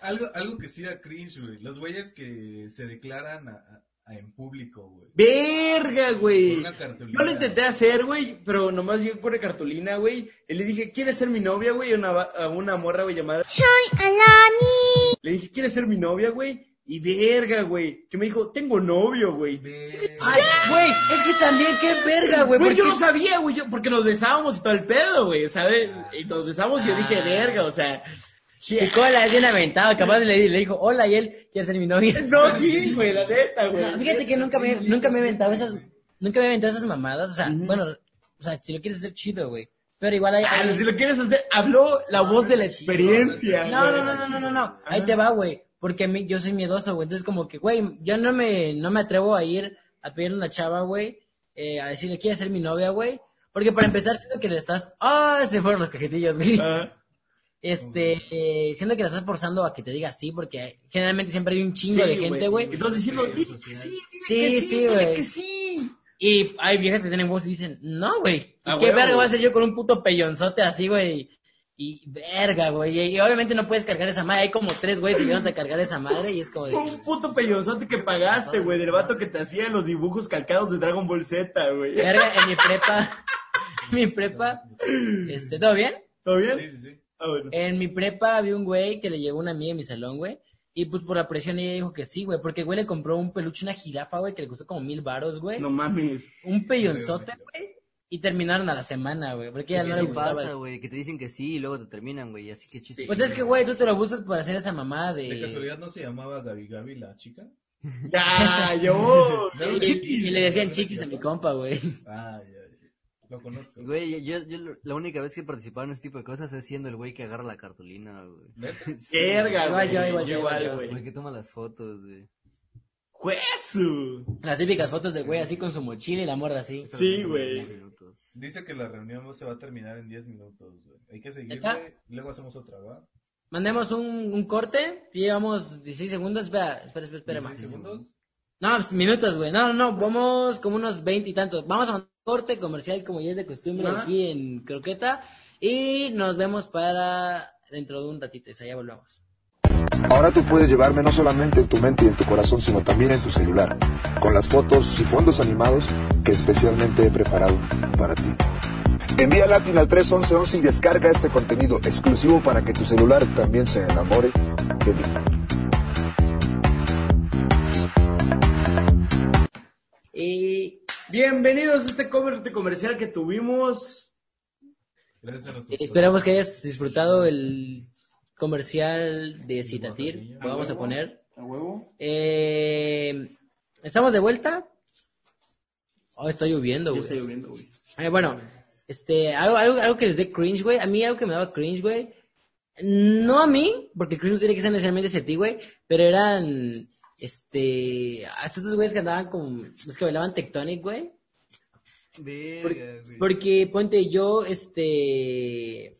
[SPEAKER 4] algo, algo que sí da cringe, güey. Los güeyes que se declaran a- a- a en público, güey.
[SPEAKER 2] Verga, güey.
[SPEAKER 4] Con una cartulina.
[SPEAKER 2] Yo lo intenté hacer, güey, pero nomás llegué por cartulina, güey. Y le dije, ¿quieres ser mi novia, güey? A una, va- a una morra, güey, llamada. ¡Soy Alani! Le dije, ¿quieres ser mi novia, güey? Y verga, güey. Que me dijo, tengo novio, güey.
[SPEAKER 4] Ve-
[SPEAKER 1] Ay, güey, es que también, qué verga, güey.
[SPEAKER 2] Güey,
[SPEAKER 1] ¿por
[SPEAKER 2] yo
[SPEAKER 1] qué
[SPEAKER 2] no sabía, güey, yo- porque nos besábamos y todo el pedo, güey, ¿sabes? Y nos besamos y yo dije,
[SPEAKER 1] Ah.
[SPEAKER 2] verga, o sea.
[SPEAKER 1] Y cola es bien aventado, capaz le, le dijo, hola, y él quiere ser mi novia.
[SPEAKER 2] No, sí, güey, la neta, güey.
[SPEAKER 1] No, fíjate que nunca me, nunca me he aventado esas, nunca me he aventado esas mamadas, o sea, bueno, o sea, si lo quieres hacer chido, güey, pero igual hay...
[SPEAKER 2] Ah,
[SPEAKER 1] hay-
[SPEAKER 2] si lo quieres hacer, habló la voz de la experiencia.
[SPEAKER 1] No,
[SPEAKER 2] güey.
[SPEAKER 1] no, no, no, no, no, no, ahí
[SPEAKER 2] Ah.
[SPEAKER 1] te va, güey, porque a mí, yo soy miedoso, güey, entonces como que, güey, yo no me, no me atrevo a ir a pedirle a una chava, güey, eh, a decirle, ¿quieres ser mi novia, güey? Porque para empezar, siento que le estás, ah, se fueron los cajetillos, güey.
[SPEAKER 2] Ah,
[SPEAKER 1] Este, eh, siento que la estás forzando a que te diga sí, porque generalmente siempre hay un chingo
[SPEAKER 2] sí,
[SPEAKER 1] de gente, güey.
[SPEAKER 2] Entonces diciendo, dile que
[SPEAKER 5] social.
[SPEAKER 2] sí,
[SPEAKER 1] Sí,
[SPEAKER 2] dile que
[SPEAKER 1] sí,
[SPEAKER 2] sí, dile
[SPEAKER 1] güey.
[SPEAKER 2] que sí.
[SPEAKER 1] Y hay viejas que tienen voz y dicen, no, güey. ¿y
[SPEAKER 2] Ah,
[SPEAKER 1] ¿Qué
[SPEAKER 2] huevo,
[SPEAKER 1] verga voy
[SPEAKER 2] güey.
[SPEAKER 1] a hacer yo con un puto pellonzote así, güey? Y verga, güey. Y, y obviamente no puedes cargar esa madre. Hay como tres güeyes que llegan a cargar esa madre y es como de...
[SPEAKER 2] Un puto pellonzote que pagaste, güey, del vato que te hacía los dibujos calcados de Dragon Ball Z, güey.
[SPEAKER 1] Verga, en mi prepa... En mi prepa... Este, ¿todo bien?
[SPEAKER 2] ¿Todo
[SPEAKER 4] Sí,
[SPEAKER 2] bien?
[SPEAKER 4] sí, sí.
[SPEAKER 2] Ah, bueno.
[SPEAKER 1] En mi prepa había un güey que le llegó una amiga en mi salón, güey. Y pues por la presión ella dijo que sí, güey. Porque el güey le compró un peluche, una jirafa, güey, que le costó como mil varos, güey.
[SPEAKER 2] No mames.
[SPEAKER 1] Un pellonzote, güey. Y terminaron a la semana, güey. Porque ya
[SPEAKER 5] Es que
[SPEAKER 1] no le
[SPEAKER 5] sí
[SPEAKER 1] gustaba.
[SPEAKER 5] pasa, güey, que te dicen que sí y luego te terminan, güey, así que chiste.
[SPEAKER 1] Pues es que, güey, tú te lo buscas para hacer esa mamada de...
[SPEAKER 4] De casualidad no se llamaba Gaby Gaby la chica.
[SPEAKER 2] Ya, yo.
[SPEAKER 1] Y- Y le decían chiquis a mi compa, güey.
[SPEAKER 4] Ah, ya, ya. Lo conozco.
[SPEAKER 5] Güey, yo, yo- yo lo- la única vez que he participado en este tipo de cosas es siendo el güey que agarra la cartulina, güey.
[SPEAKER 4] ¿Neta?
[SPEAKER 2] Verga,
[SPEAKER 1] Igual
[SPEAKER 2] güey.
[SPEAKER 1] yo, igual
[SPEAKER 2] yo,
[SPEAKER 1] yo, igual yo.
[SPEAKER 2] igual,
[SPEAKER 5] El
[SPEAKER 2] güey.
[SPEAKER 5] que toma las fotos, güey.
[SPEAKER 2] ¡Juezu!
[SPEAKER 1] Las típicas fotos del güey así con su mochila y la morda así.
[SPEAKER 5] Eso
[SPEAKER 2] Sí,
[SPEAKER 5] lo tomo
[SPEAKER 2] güey.
[SPEAKER 5] en 10 minutos.
[SPEAKER 4] Dice que la reunión se va a terminar en 10 minutos, güey. Hay que seguir,
[SPEAKER 1] ¿Neta?
[SPEAKER 4] güey. Luego hacemos otra, ¿va?
[SPEAKER 1] Mandemos un, un corte, llevamos 16 segundos, espera, espera, espera, espera más.
[SPEAKER 4] 16 segundos.
[SPEAKER 1] No, pues, minutos, güey. No, no, no, vamos como unos 20 y tantos. Vamos a un corte comercial como ya es de costumbre
[SPEAKER 2] Ajá.
[SPEAKER 1] aquí en Croqueta y nos vemos para dentro de un ratito, o sea, ya volvemos.
[SPEAKER 3] Ahora tú puedes llevarme no solamente en tu mente y en tu corazón, sino también en tu celular, con las fotos y fondos animados que especialmente he preparado para ti. Envía Latin al 31111 y descarga este contenido exclusivo para que tu celular también se enamore de mí.
[SPEAKER 1] Y
[SPEAKER 2] Bienvenidos a este cover de comercial que tuvimos.
[SPEAKER 4] Gracias a nuestros.
[SPEAKER 1] Esperamos que hayas disfrutado el comercial de Citatir.
[SPEAKER 4] Guajarilla.
[SPEAKER 1] Lo vamos a poner.
[SPEAKER 2] A huevo.
[SPEAKER 1] Eh, ¿Estamos de vuelta? Oh, está lloviendo,
[SPEAKER 2] Ya
[SPEAKER 1] güey.
[SPEAKER 2] está lloviendo, güey.
[SPEAKER 1] Eh, bueno, este, algo, algo, algo que les dé cringe, güey. A mí algo que me daba cringe, güey. No a mí, porque cringe no tiene que ser necesariamente hacia ti, güey. Pero eran, este, a estos güeyes que andaban con, los que bailaban Tectonic, güey.
[SPEAKER 5] Verga, güey.
[SPEAKER 1] Porque, ponte, yo, este...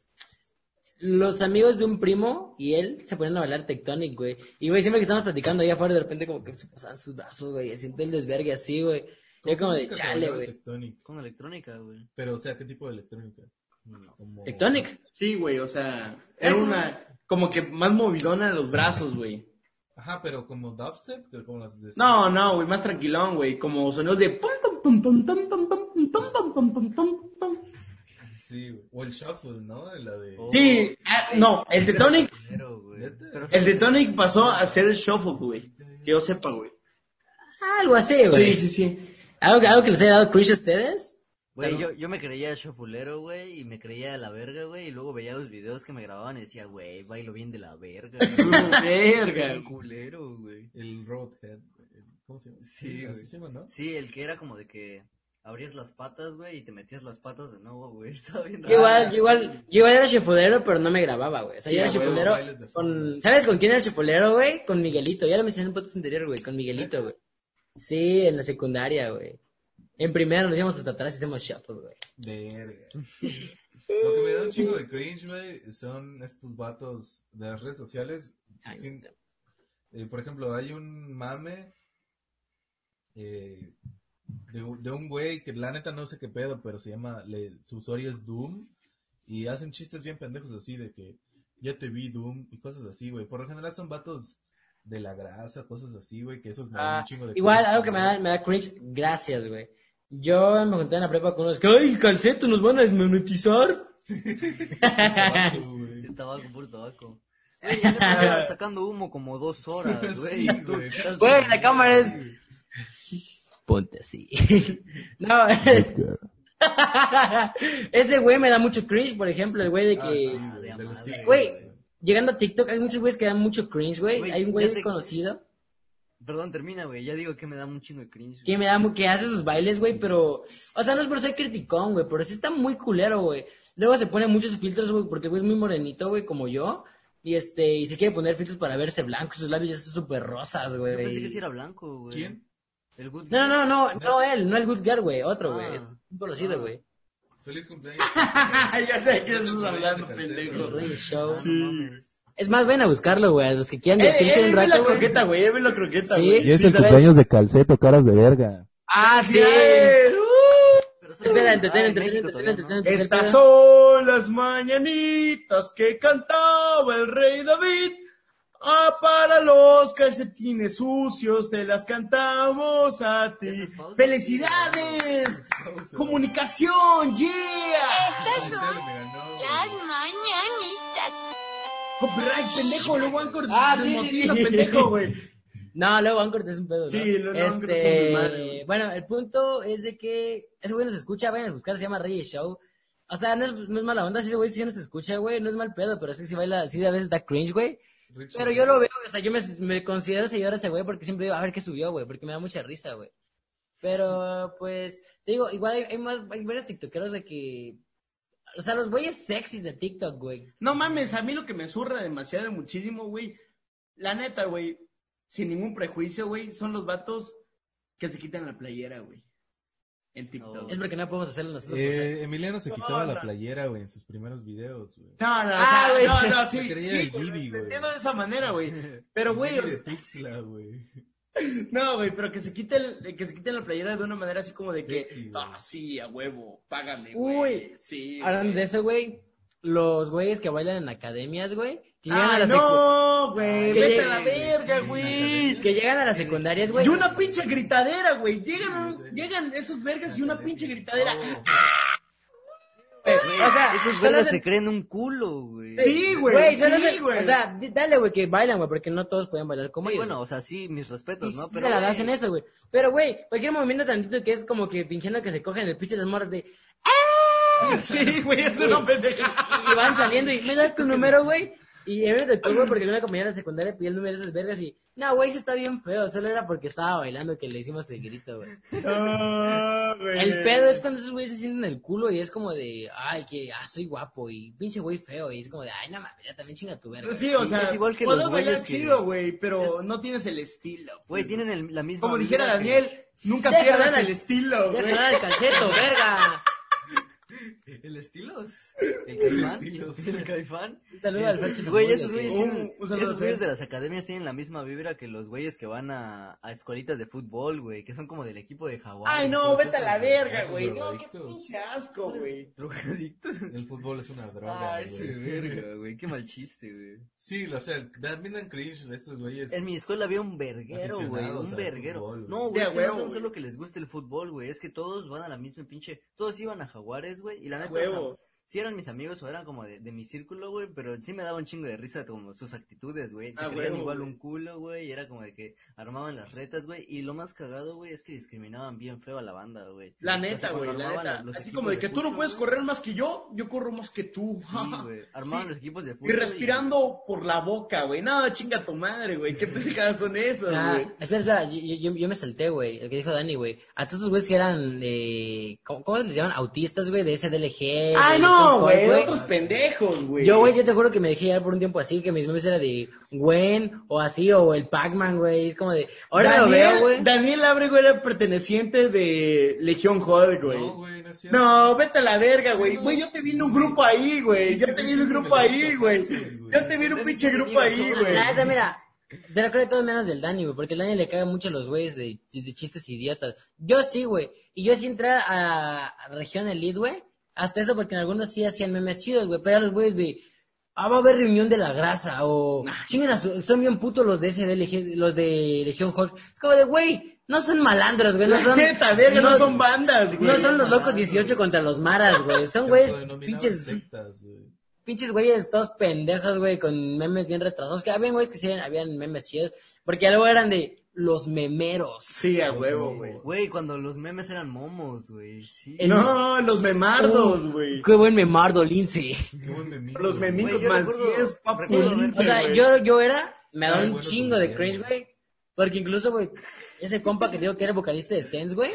[SPEAKER 1] los amigos de un primo y él se ponían a bailar Tectonic, güey. Y, güey, siempre que estábamos platicando allá afuera, de repente como que se pasaban sus brazos, güey. y Siento el desvergue así, güey. Yo como de
[SPEAKER 4] Música se
[SPEAKER 1] chale,
[SPEAKER 4] volvió
[SPEAKER 1] güey.
[SPEAKER 4] electrónica.
[SPEAKER 5] Con electrónica, güey.
[SPEAKER 4] Pero, o sea, ¿qué tipo de electrónica? Mm,
[SPEAKER 5] No sé.
[SPEAKER 4] Como-
[SPEAKER 1] Tectonic.
[SPEAKER 2] Sí, güey, o sea,
[SPEAKER 1] pues.
[SPEAKER 2] era una como que más movidona en los brazos, güey.
[SPEAKER 4] Ajá, pero como dubstep, pero como las de...
[SPEAKER 2] No, no, güey, más tranquilón, güey, como sonidos de pum, pum, pum, pum, pum, pum, pum, pum, pum, pum, pum, pum, pum.
[SPEAKER 4] Sí, güey. o el shuffle, ¿no? La de...
[SPEAKER 5] Oh.
[SPEAKER 2] Sí, ah, no, el Tectonic,
[SPEAKER 5] Pero, güey.
[SPEAKER 4] ¿Neta?
[SPEAKER 5] Pero,
[SPEAKER 2] el Tectonic pasó a ser el shuffle, güey. Que yo sepa, güey.
[SPEAKER 1] Algo así, güey.
[SPEAKER 2] Sí, sí, sí.
[SPEAKER 1] ¿Algo, algo que les haya dado cringe a ustedes.
[SPEAKER 5] Güey, yo, yo me creía chofulero, güey, y me creía de la verga, güey, y luego veía los videos que me grababan y decía, güey, bailo bien de la verga. güey.
[SPEAKER 2] Verga.
[SPEAKER 5] Bien culero, güey.
[SPEAKER 4] El Roadhead. el- ¿Cómo se llama?
[SPEAKER 5] Sí,
[SPEAKER 4] así
[SPEAKER 5] güey.
[SPEAKER 4] se llama, ¿no?
[SPEAKER 5] Sí, el que era como de que abrías las patas, güey, y te metías las patas de nuevo, güey. Estaba bien
[SPEAKER 1] Yo
[SPEAKER 5] raro.
[SPEAKER 4] Ah,
[SPEAKER 1] Igual, yo igual, yo igual era chefulero, pero no me grababa, güey. O sea,
[SPEAKER 2] Sí,
[SPEAKER 1] yo era
[SPEAKER 2] a huevo,
[SPEAKER 1] chefulero
[SPEAKER 4] bailes de
[SPEAKER 1] con... ¿Sabes con quién era chefulero, güey? Con Miguelito. Ya lo mencioné en un podcast anterior, güey. Con Miguelito, güey. Sí, en la secundaria, güey. En primero nos íbamos hasta atrás y hacemos shuffle, güey.
[SPEAKER 4] Verga. Lo que me da un chingo de cringe, güey, son estos vatos de las redes sociales.
[SPEAKER 1] Ay,
[SPEAKER 4] Sin-
[SPEAKER 1] puta.
[SPEAKER 4] eh, por ejemplo, hay un mame eh, de, un- de un güey que la neta no sé qué pedo, pero se llama, le- su usuario es Doom. Y hacen chistes bien pendejos así de que ya te vi Doom y cosas así, güey. Por lo general son vatos de la grasa, cosas así, güey, que esos me dan
[SPEAKER 1] Ah,
[SPEAKER 4] un chingo de
[SPEAKER 1] igual,
[SPEAKER 4] cringe,
[SPEAKER 1] algo que me
[SPEAKER 4] güey.
[SPEAKER 1] da, me da cringe, gracias, güey. Yo me junté en la prepa con unos que, ¡ay, calceto, nos van a desmonetizar!
[SPEAKER 4] Tabaco, güey.
[SPEAKER 5] Es tabaco, puro tabaco. Güey, yo neta, estaba sacando humo como dos horas, güey.
[SPEAKER 4] Sí,
[SPEAKER 5] y tú-
[SPEAKER 4] güey.
[SPEAKER 5] estás-
[SPEAKER 1] Güey, la cámara es. Ponte así. no,
[SPEAKER 4] Ah,
[SPEAKER 1] ese güey me da mucho cringe, por ejemplo, el güey de
[SPEAKER 4] Ah,
[SPEAKER 1] que.
[SPEAKER 4] sí, güey,
[SPEAKER 5] de
[SPEAKER 4] de los
[SPEAKER 5] madre,
[SPEAKER 4] TikToks,
[SPEAKER 1] güey, llegando a TikTok, hay muchos güeyes que dan mucho cringe, güey.
[SPEAKER 5] Güey,
[SPEAKER 1] Hay un
[SPEAKER 5] ya
[SPEAKER 1] güey
[SPEAKER 5] sé-
[SPEAKER 1] desconocido
[SPEAKER 5] Perdón, termina, güey. Ya digo que me da un chingo de cringe.
[SPEAKER 1] que
[SPEAKER 5] güey.
[SPEAKER 1] me da mu- que hace sus bailes, güey, pero. O sea, no es por ser criticón, güey, pero sí está muy culero, güey. Luego se pone muchos filtros, güey, porque el güey es muy morenito, güey, como yo. Y este, y se quiere poner filtros para verse blanco, y sus labios ya son súper rosas, güey.
[SPEAKER 5] Yo pensé que sí era blanco, güey.
[SPEAKER 4] ¿Quién?
[SPEAKER 5] El good
[SPEAKER 1] No, no, no, no, no él, no el Good Girl, güey, otro,
[SPEAKER 5] Ah.
[SPEAKER 1] güey. Un conocido,
[SPEAKER 5] Ah.
[SPEAKER 1] güey.
[SPEAKER 4] Feliz cumpleaños.
[SPEAKER 2] ya sé de qué estás hablando,
[SPEAKER 1] El
[SPEAKER 2] pendejo.
[SPEAKER 1] Rey del Show.
[SPEAKER 5] Sí.
[SPEAKER 1] Es más, ven a buscarlo, güey, a los que quieran
[SPEAKER 2] Eh,
[SPEAKER 1] divertirse
[SPEAKER 2] eh,
[SPEAKER 1] un
[SPEAKER 2] ve la
[SPEAKER 1] rato, güey.
[SPEAKER 2] croqueta, güey, ve la croqueta,
[SPEAKER 1] Sí.
[SPEAKER 2] güey.
[SPEAKER 6] Y es el
[SPEAKER 1] ¿sabes?
[SPEAKER 6] cumpleaños de Calceto, caras de verga.
[SPEAKER 1] Ah, sí.
[SPEAKER 2] ¡Felicidades! ¡Uh!
[SPEAKER 5] Pero solo-
[SPEAKER 1] Espera,
[SPEAKER 5] Ah,
[SPEAKER 1] entretén,
[SPEAKER 5] en
[SPEAKER 1] entretén,
[SPEAKER 5] México
[SPEAKER 1] entretén,
[SPEAKER 5] todavía, ¿no?
[SPEAKER 1] entretén.
[SPEAKER 2] Estas son las mañanitas que cantaba el rey David. Ah, para los calcetines sucios te las cantamos a ti.
[SPEAKER 5] Estas pausas,
[SPEAKER 2] ¡Felicidades! ¡Comunicación! ¡Yeah!
[SPEAKER 4] Ay,
[SPEAKER 7] Estas
[SPEAKER 4] se
[SPEAKER 7] son
[SPEAKER 4] me ganó,
[SPEAKER 7] las
[SPEAKER 4] güey.
[SPEAKER 7] mañanitas.
[SPEAKER 2] ¡Copyright, pendejo! ¡Lo van cortar!
[SPEAKER 1] Ah, sí, sí, sí.
[SPEAKER 2] pendejo, güey!
[SPEAKER 1] No, luego Anchor es un pedo, ¿no?
[SPEAKER 2] Sí, luego Anchor es un desmadre,
[SPEAKER 1] este...
[SPEAKER 2] güey.
[SPEAKER 1] Bueno, el punto es de que ese güey nos escucha, vayan a buscar, se llama Rey del Show. O sea, no es, no es mala onda, si ese güey sí nos escucha, güey, no es mal pedo, pero es que si baila, sí a veces da cringe, güey.
[SPEAKER 4] Richard.
[SPEAKER 1] Pero yo lo veo, o sea, yo me, me considero seguidor de ese güey porque siempre digo, a ver qué subió, güey, porque me da mucha risa, güey. Pero, pues, te digo, igual hay, hay más, hay varios tiktokeros de que, o sea, los güeyes sexys de TikTok, güey.
[SPEAKER 2] No mames, a mí lo que me zurra demasiado, muchísimo, güey. La neta, güey, sin ningún prejuicio, güey, son los vatos que se quitan la playera, güey. En TikTok.
[SPEAKER 1] Es porque no podemos hacerlo nosotros. por ser-
[SPEAKER 4] Eh, Emiliano se quitaba
[SPEAKER 2] no.
[SPEAKER 4] la playera, güey, en sus primeros videos, güey.
[SPEAKER 2] No, no,
[SPEAKER 1] Ah,
[SPEAKER 2] o
[SPEAKER 1] güey.
[SPEAKER 2] sea, no, no, sí,
[SPEAKER 4] Me creía
[SPEAKER 2] sí,
[SPEAKER 4] el
[SPEAKER 2] güey,
[SPEAKER 4] Gilby,
[SPEAKER 2] te
[SPEAKER 4] güey.
[SPEAKER 2] entiendo de esa manera, güey. Pero, güey, o
[SPEAKER 4] de
[SPEAKER 2] sea,
[SPEAKER 4] Tuxtla, güey.
[SPEAKER 2] no, güey, pero que se quite el, que se quite la playera de una manera así como de que,
[SPEAKER 4] Sexy, güey.
[SPEAKER 2] ah, sí, a huevo, págame,
[SPEAKER 1] Uy.
[SPEAKER 2] güey. sí.
[SPEAKER 1] Hablando
[SPEAKER 2] güey.
[SPEAKER 1] de eso, güey, los güeyes que bailan en academias, güey, que llegan a
[SPEAKER 2] Ah,
[SPEAKER 1] la secu-
[SPEAKER 2] no, güey,
[SPEAKER 1] Que
[SPEAKER 2] vete
[SPEAKER 1] llegue-
[SPEAKER 2] a la verga,
[SPEAKER 4] sí,
[SPEAKER 2] güey.
[SPEAKER 1] que llegan a las secundarias, güey.
[SPEAKER 2] Y una pinche gritadera, güey. Llegan,
[SPEAKER 4] Sí, sí.
[SPEAKER 2] llegan esos vergas y una pinche gritadera.
[SPEAKER 1] Güey,
[SPEAKER 5] Güey,
[SPEAKER 1] O sea,
[SPEAKER 5] esos
[SPEAKER 1] solo
[SPEAKER 5] vergas
[SPEAKER 1] hacen-
[SPEAKER 5] se creen un culo, güey.
[SPEAKER 2] Sí, güey.
[SPEAKER 1] Güey,
[SPEAKER 2] sí,
[SPEAKER 1] solo hacen-
[SPEAKER 2] güey.
[SPEAKER 1] O sea, di- dale, güey, que bailan, güey, porque no todos pueden bailar como
[SPEAKER 5] Sí,
[SPEAKER 1] ellos.
[SPEAKER 5] bueno, o sea, sí, mis respetos,
[SPEAKER 1] Sí,
[SPEAKER 5] ¿no?
[SPEAKER 1] sí se la das
[SPEAKER 5] güey,
[SPEAKER 1] en eso, güey. Pero, güey, cualquier movimiento tantito que es como que fingiendo que se cogen el piso y las morras de...
[SPEAKER 4] Oh.
[SPEAKER 2] sí, güey, es una pendeja.
[SPEAKER 1] Y van saliendo y me das tu número, güey. Y a mí me tocó, güey, porque una compañera de secundaria pidió el número de esas vergas y... No, güey, eso está bien feo. Solo era porque estaba bailando que le hicimos el grito, güey.
[SPEAKER 4] Oh,
[SPEAKER 2] Eh,
[SPEAKER 1] El pedo es cuando esos güeyes se sienten el culo y es como de... Ay, que... Ah, soy guapo y pinche güey feo. Y es como de... Ay, no mames, ya también chinga tu verga.
[SPEAKER 2] Sí, o
[SPEAKER 5] Sí,
[SPEAKER 2] sea,
[SPEAKER 5] es igual que los
[SPEAKER 2] puedes bailar
[SPEAKER 5] güeyes que-
[SPEAKER 2] chido, güey, pero no tienes el estilo. pues.
[SPEAKER 5] Güey, tienen el- la misma.
[SPEAKER 2] Como
[SPEAKER 5] vida
[SPEAKER 2] dijera
[SPEAKER 5] que-
[SPEAKER 2] Daniel, nunca
[SPEAKER 1] Déjala
[SPEAKER 2] pierdas
[SPEAKER 1] la-
[SPEAKER 2] el estilo,
[SPEAKER 1] Ya
[SPEAKER 2] güey.
[SPEAKER 1] jalar el calceto, verga.
[SPEAKER 5] El estilos. El caifán.
[SPEAKER 4] Estilos.
[SPEAKER 5] El caifán.
[SPEAKER 1] Un saludo al Fercho
[SPEAKER 5] Güey,
[SPEAKER 1] Zamudio,
[SPEAKER 5] esos
[SPEAKER 1] que-
[SPEAKER 5] güeyes
[SPEAKER 2] Un-
[SPEAKER 5] tienen-
[SPEAKER 2] un saludo
[SPEAKER 5] esos
[SPEAKER 2] a
[SPEAKER 5] güeyes
[SPEAKER 2] Fer.
[SPEAKER 5] de las academias tienen la misma vibra que los güeyes que van a, a escuelitas de fútbol, güey, que son como del equipo de Hawái.
[SPEAKER 2] Ay, no, vete a la verga,
[SPEAKER 4] esos
[SPEAKER 2] güey. No, qué
[SPEAKER 4] drogadictos.
[SPEAKER 2] pinche asco, güey.
[SPEAKER 5] Drogadictos.
[SPEAKER 4] El fútbol es una droga.
[SPEAKER 5] Ah, ese
[SPEAKER 4] güey.
[SPEAKER 5] verga, güey, qué mal chiste, güey.
[SPEAKER 4] Sí, o sea, también dan cringe estos güeyes.
[SPEAKER 5] En mi escuela había un verguero, güey.
[SPEAKER 4] Aficionados
[SPEAKER 5] Un
[SPEAKER 4] al
[SPEAKER 5] verguero.
[SPEAKER 4] fútbol, güey.
[SPEAKER 5] no,
[SPEAKER 2] De
[SPEAKER 5] güey, es que
[SPEAKER 2] huevo,
[SPEAKER 5] no son
[SPEAKER 2] güey.
[SPEAKER 5] solo que les gusta el fútbol, güey. Es que todos van a la misma pinche. Todos iban a Jaguares, güey. Y la neta, o sea,
[SPEAKER 2] Huevo.
[SPEAKER 5] sí eran mis amigos o eran como de, de mi círculo, güey. Pero sí me daba un chingo de risa como sus actitudes, güey. Se
[SPEAKER 2] Ah,
[SPEAKER 5] creían
[SPEAKER 2] huevo,
[SPEAKER 5] igual
[SPEAKER 2] güey.
[SPEAKER 5] un culo, güey. Y era como de que armaban las retas, güey. Y lo más cagado, güey, es que discriminaban bien feo a la banda, güey.
[SPEAKER 2] La
[SPEAKER 5] O sea,
[SPEAKER 2] neta,
[SPEAKER 5] cuando
[SPEAKER 2] güey, la
[SPEAKER 5] armaban
[SPEAKER 2] neta.
[SPEAKER 5] los
[SPEAKER 2] Así
[SPEAKER 5] equipos
[SPEAKER 2] como de que tú no
[SPEAKER 5] fútbol,
[SPEAKER 2] puedes
[SPEAKER 5] güey.
[SPEAKER 2] correr más que yo, yo corro más que tú.
[SPEAKER 5] Sí, güey. Pues Armaban
[SPEAKER 2] Sí.
[SPEAKER 5] los equipos de
[SPEAKER 2] Y
[SPEAKER 5] fútbol.
[SPEAKER 2] respirando por la boca, güey. No, chinga tu madre, güey. ¿Qué pendejadas son esas,
[SPEAKER 1] Ah,
[SPEAKER 2] güey?
[SPEAKER 1] espera, espera, yo, yo- yo- yo me salté, güey, el que dijo Dani, güey. A todos estos güeyes que eran, eh, ¿cómo, cómo les llaman? Autistas, güey, de SDLG.
[SPEAKER 2] Ay,
[SPEAKER 1] Eh, de
[SPEAKER 2] Ah, no,
[SPEAKER 1] Linkin Park,
[SPEAKER 2] güey. Otros pendejos, güey.
[SPEAKER 1] Yo, güey, yo te juro que me dejé llevar por un tiempo así, que mis memes era de Gwen o así, o el Pac-Man, güey. Es como de, ahora lo
[SPEAKER 2] Daniel-
[SPEAKER 1] veo, güey.
[SPEAKER 2] Daniel Abre, güey, era perteneciente de Legión Hulk, güey.
[SPEAKER 4] No, güey, no es cierto.
[SPEAKER 2] No, vete a la verga, güey.
[SPEAKER 4] No.
[SPEAKER 2] Güey, yo te vi en un grupo ahí, güey. Yo te vi en un grupo ahí, güey. Yo te vi en un pinche grupo ahí, güey.
[SPEAKER 1] La neta, mira, te lo creo de todos menos del Dani, güey, porque el Dani le caga mucho a los güeyes de, de chistes idiotas. Yo sí, güey. Y yo sí entré a, a Región Elite, güey. Hasta eso, porque en algunos sí hacían memes chidos, güey. Pero a los güeyes de. Ah, va a haber reunión de la grasa. O. Chingan a su- Son bien putos los de SDLG, los de Legión Hulk. Es como de, güey. No son malandros, güey. No son.
[SPEAKER 2] Neta, verga, no son bandas, güey.
[SPEAKER 1] No son los locos 18 contra los maras, güey. Son güeyes pinches
[SPEAKER 4] sectas, güey.
[SPEAKER 1] pinches güeyes todos pendejos, güey, con memes bien retrasados. Que habían güeyes que sí habían memes chidos, porque luego eran de los memeros.
[SPEAKER 2] Sí,
[SPEAKER 5] Pues
[SPEAKER 2] a huevo, güey.
[SPEAKER 5] Güey, cuando los memes eran momos, güey. Sí.
[SPEAKER 1] El-
[SPEAKER 2] No, los memardos,
[SPEAKER 1] Uf,
[SPEAKER 2] güey.
[SPEAKER 1] Qué buen memardo, Lindsay.
[SPEAKER 4] Qué buen memito,
[SPEAKER 2] Los
[SPEAKER 4] güey.
[SPEAKER 2] memitos
[SPEAKER 5] Güey, yo
[SPEAKER 2] más
[SPEAKER 5] recuerdo-
[SPEAKER 2] 10, papu.
[SPEAKER 5] recuerdo haber-
[SPEAKER 1] O sea,
[SPEAKER 2] güey.
[SPEAKER 1] yo, yo era, me daba
[SPEAKER 4] Ay,
[SPEAKER 1] un
[SPEAKER 4] bueno, pues,
[SPEAKER 1] chingo de
[SPEAKER 4] también,
[SPEAKER 1] cringe,
[SPEAKER 4] güey.
[SPEAKER 1] güey. Porque incluso, güey, ese compa que digo que era vocalista de Sense, güey.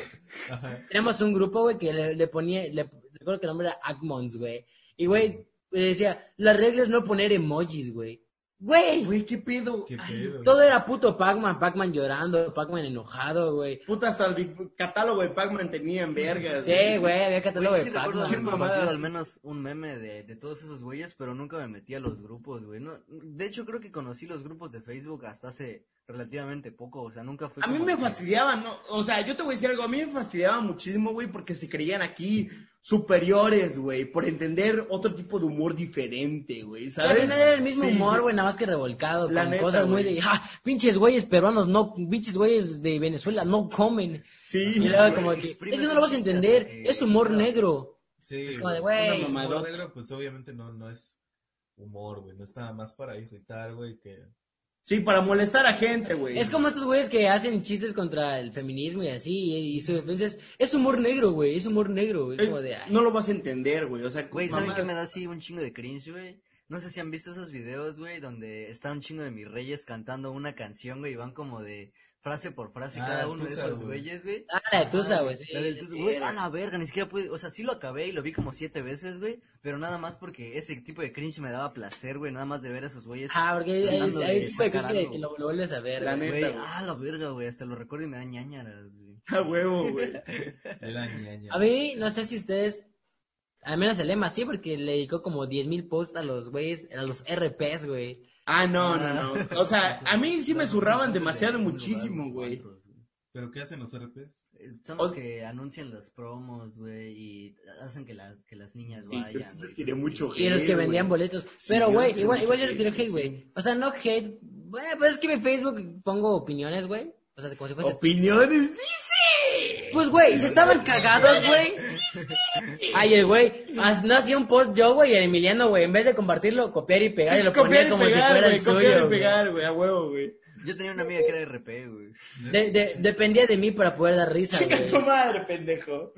[SPEAKER 4] Ajá.
[SPEAKER 1] Tenemos un grupo, güey, que le, le ponía, le, recuerdo que el nombre era Agmons, güey. Y, güey, le decía, la regla es no poner emojis, güey. Güey,
[SPEAKER 2] Güey, qué pedo.
[SPEAKER 4] Qué
[SPEAKER 2] Ay,
[SPEAKER 4] pedo.
[SPEAKER 1] todo era puto Pac-Man, Pac-Man llorando, Pac-Man enojado, güey.
[SPEAKER 2] Puta, hasta el dif- catálogo de Pac-Man tenían vergas.
[SPEAKER 1] Sí, güey, había
[SPEAKER 5] Güey,
[SPEAKER 1] catálogo
[SPEAKER 5] yo
[SPEAKER 1] de
[SPEAKER 5] sí recuerdo
[SPEAKER 1] Pac-Man.
[SPEAKER 5] haber
[SPEAKER 2] Qué
[SPEAKER 5] compartido
[SPEAKER 2] mamadas.
[SPEAKER 5] al menos un meme de, de todos esos güeyes, pero nunca me metí a los grupos, güey. No, de hecho, creo que conocí los grupos de Facebook hasta hace relativamente poco, o sea, nunca fui
[SPEAKER 2] A mí
[SPEAKER 5] como
[SPEAKER 2] me
[SPEAKER 5] de-
[SPEAKER 2] fastidiaba, ¿no? O sea, yo te voy a decir algo, a mí me fastidiaba muchísimo, güey, porque se creían aquí superiores, güey, por entender otro tipo de humor diferente, güey,
[SPEAKER 1] Al
[SPEAKER 2] ¿sabes?
[SPEAKER 1] final era el mismo
[SPEAKER 2] Sí,
[SPEAKER 1] humor,
[SPEAKER 2] sí.
[SPEAKER 1] güey, nada más que revolcado,
[SPEAKER 2] La
[SPEAKER 1] con
[SPEAKER 2] neta,
[SPEAKER 1] cosas muy
[SPEAKER 2] güey.
[SPEAKER 1] de, ah, pinches güeyes peruanos, no, pinches güeyes de Venezuela no comen.
[SPEAKER 2] Sí,
[SPEAKER 1] Y era
[SPEAKER 2] güey.
[SPEAKER 1] como que, es
[SPEAKER 5] exprime
[SPEAKER 1] que no
[SPEAKER 5] tu
[SPEAKER 1] lo vas a
[SPEAKER 5] chiste
[SPEAKER 1] entender,
[SPEAKER 5] hasta que-
[SPEAKER 1] es humor negro.
[SPEAKER 4] Sí,
[SPEAKER 1] Es como de, güey.
[SPEAKER 4] Una mamadota.
[SPEAKER 2] Mamadota.
[SPEAKER 4] negro, pues obviamente no, no es humor, güey. No es nada más para irritar, güey, que...
[SPEAKER 2] Sí, para molestar a gente, güey.
[SPEAKER 1] Es como estos güeyes que hacen chistes contra el feminismo y así, y, y su defensa es, es humor negro, güey, es humor negro. Es
[SPEAKER 2] Eh,
[SPEAKER 1] como de, "Ah, "Ay".
[SPEAKER 2] No lo vas a entender, güey, o sea,
[SPEAKER 5] Güey, ¿saben
[SPEAKER 2] mamadas.
[SPEAKER 5] qué me da así un chingo de cringe, güey? No sé si han visto esos videos, güey, donde está un chingo de mis reyes cantando una canción, güey, y van como de frase por frase
[SPEAKER 4] Ah,
[SPEAKER 5] cada uno de
[SPEAKER 4] tusa,
[SPEAKER 5] esos
[SPEAKER 4] güey.
[SPEAKER 5] güeyes, güey.
[SPEAKER 1] Ah, la de Tusa, güey. sí,
[SPEAKER 5] La del
[SPEAKER 1] sí,
[SPEAKER 5] Tusa, güey,
[SPEAKER 1] era.
[SPEAKER 5] a la verga, ni siquiera pude, o sea, sí lo acabé y lo vi como siete veces, güey, pero nada más porque ese tipo de cringe me daba placer, güey, nada más de ver a esos güeyes.
[SPEAKER 1] Ah, porque hay- hay,
[SPEAKER 5] tratando
[SPEAKER 1] hay
[SPEAKER 5] de
[SPEAKER 1] un tipo de
[SPEAKER 5] sacar
[SPEAKER 1] cosas que,
[SPEAKER 5] algo,
[SPEAKER 1] que lo, lo vuelves a ver,
[SPEAKER 2] La
[SPEAKER 1] güey.
[SPEAKER 2] neta,
[SPEAKER 5] güey.
[SPEAKER 2] güey.
[SPEAKER 5] Ah, la verga, güey, hasta lo recuerdo y me da ñañaras, güey.
[SPEAKER 2] A huevo, güey.
[SPEAKER 4] Le da ñaña.
[SPEAKER 1] A mí, no sé si ustedes, al menos el lema, sí, porque le dedicó como 10.000 posts a los güeyes, a los RPs, güey.
[SPEAKER 2] Ah, no, no, no. O sea, a mí sí me zurraban demasiado
[SPEAKER 5] Desde un
[SPEAKER 2] muchísimo,
[SPEAKER 5] lugar,
[SPEAKER 2] güey.
[SPEAKER 5] otros, güey.
[SPEAKER 4] ¿Pero qué hacen los RPs?
[SPEAKER 5] Eh, Son los
[SPEAKER 2] O-
[SPEAKER 5] que anuncian las promos, güey, y hacen que las, que las niñas
[SPEAKER 2] Sí,
[SPEAKER 5] vayan.
[SPEAKER 2] yo sí
[SPEAKER 5] güey,
[SPEAKER 2] les tiré
[SPEAKER 5] cosas
[SPEAKER 2] mucho
[SPEAKER 5] así.
[SPEAKER 1] Y los que
[SPEAKER 2] Hate,
[SPEAKER 1] vendían
[SPEAKER 2] güey.
[SPEAKER 1] boletos.
[SPEAKER 2] Sí,
[SPEAKER 1] Pero,
[SPEAKER 2] yo
[SPEAKER 1] güey,
[SPEAKER 2] les tiré
[SPEAKER 1] igual,
[SPEAKER 2] mucho
[SPEAKER 1] igual yo les tiré
[SPEAKER 2] hate,
[SPEAKER 1] hate, güey. O sea, no hate. Bueno, pues es que mi Facebook pongo opiniones, güey. O sea, como si fuese.
[SPEAKER 2] Opiniones, dice.
[SPEAKER 1] Pues, güey, se estaban cagados, güey. Ay, el güey, as- no hacía un post yo, güey, y el Emiliano, güey, en vez de compartirlo, copiar y pegar, y lo
[SPEAKER 2] Copiar
[SPEAKER 1] ponía
[SPEAKER 2] y
[SPEAKER 1] como si
[SPEAKER 2] pegar,
[SPEAKER 1] fuera
[SPEAKER 2] güey.
[SPEAKER 1] el
[SPEAKER 2] Copiar
[SPEAKER 1] suyo.
[SPEAKER 2] y
[SPEAKER 1] güey.
[SPEAKER 2] pegar, güey, a huevo, güey.
[SPEAKER 5] Yo tenía una amiga que era RP, güey.
[SPEAKER 1] De- de- dependía de mí para poder dar risa,
[SPEAKER 2] Chinga
[SPEAKER 1] güey.
[SPEAKER 2] tu madre, pendejo.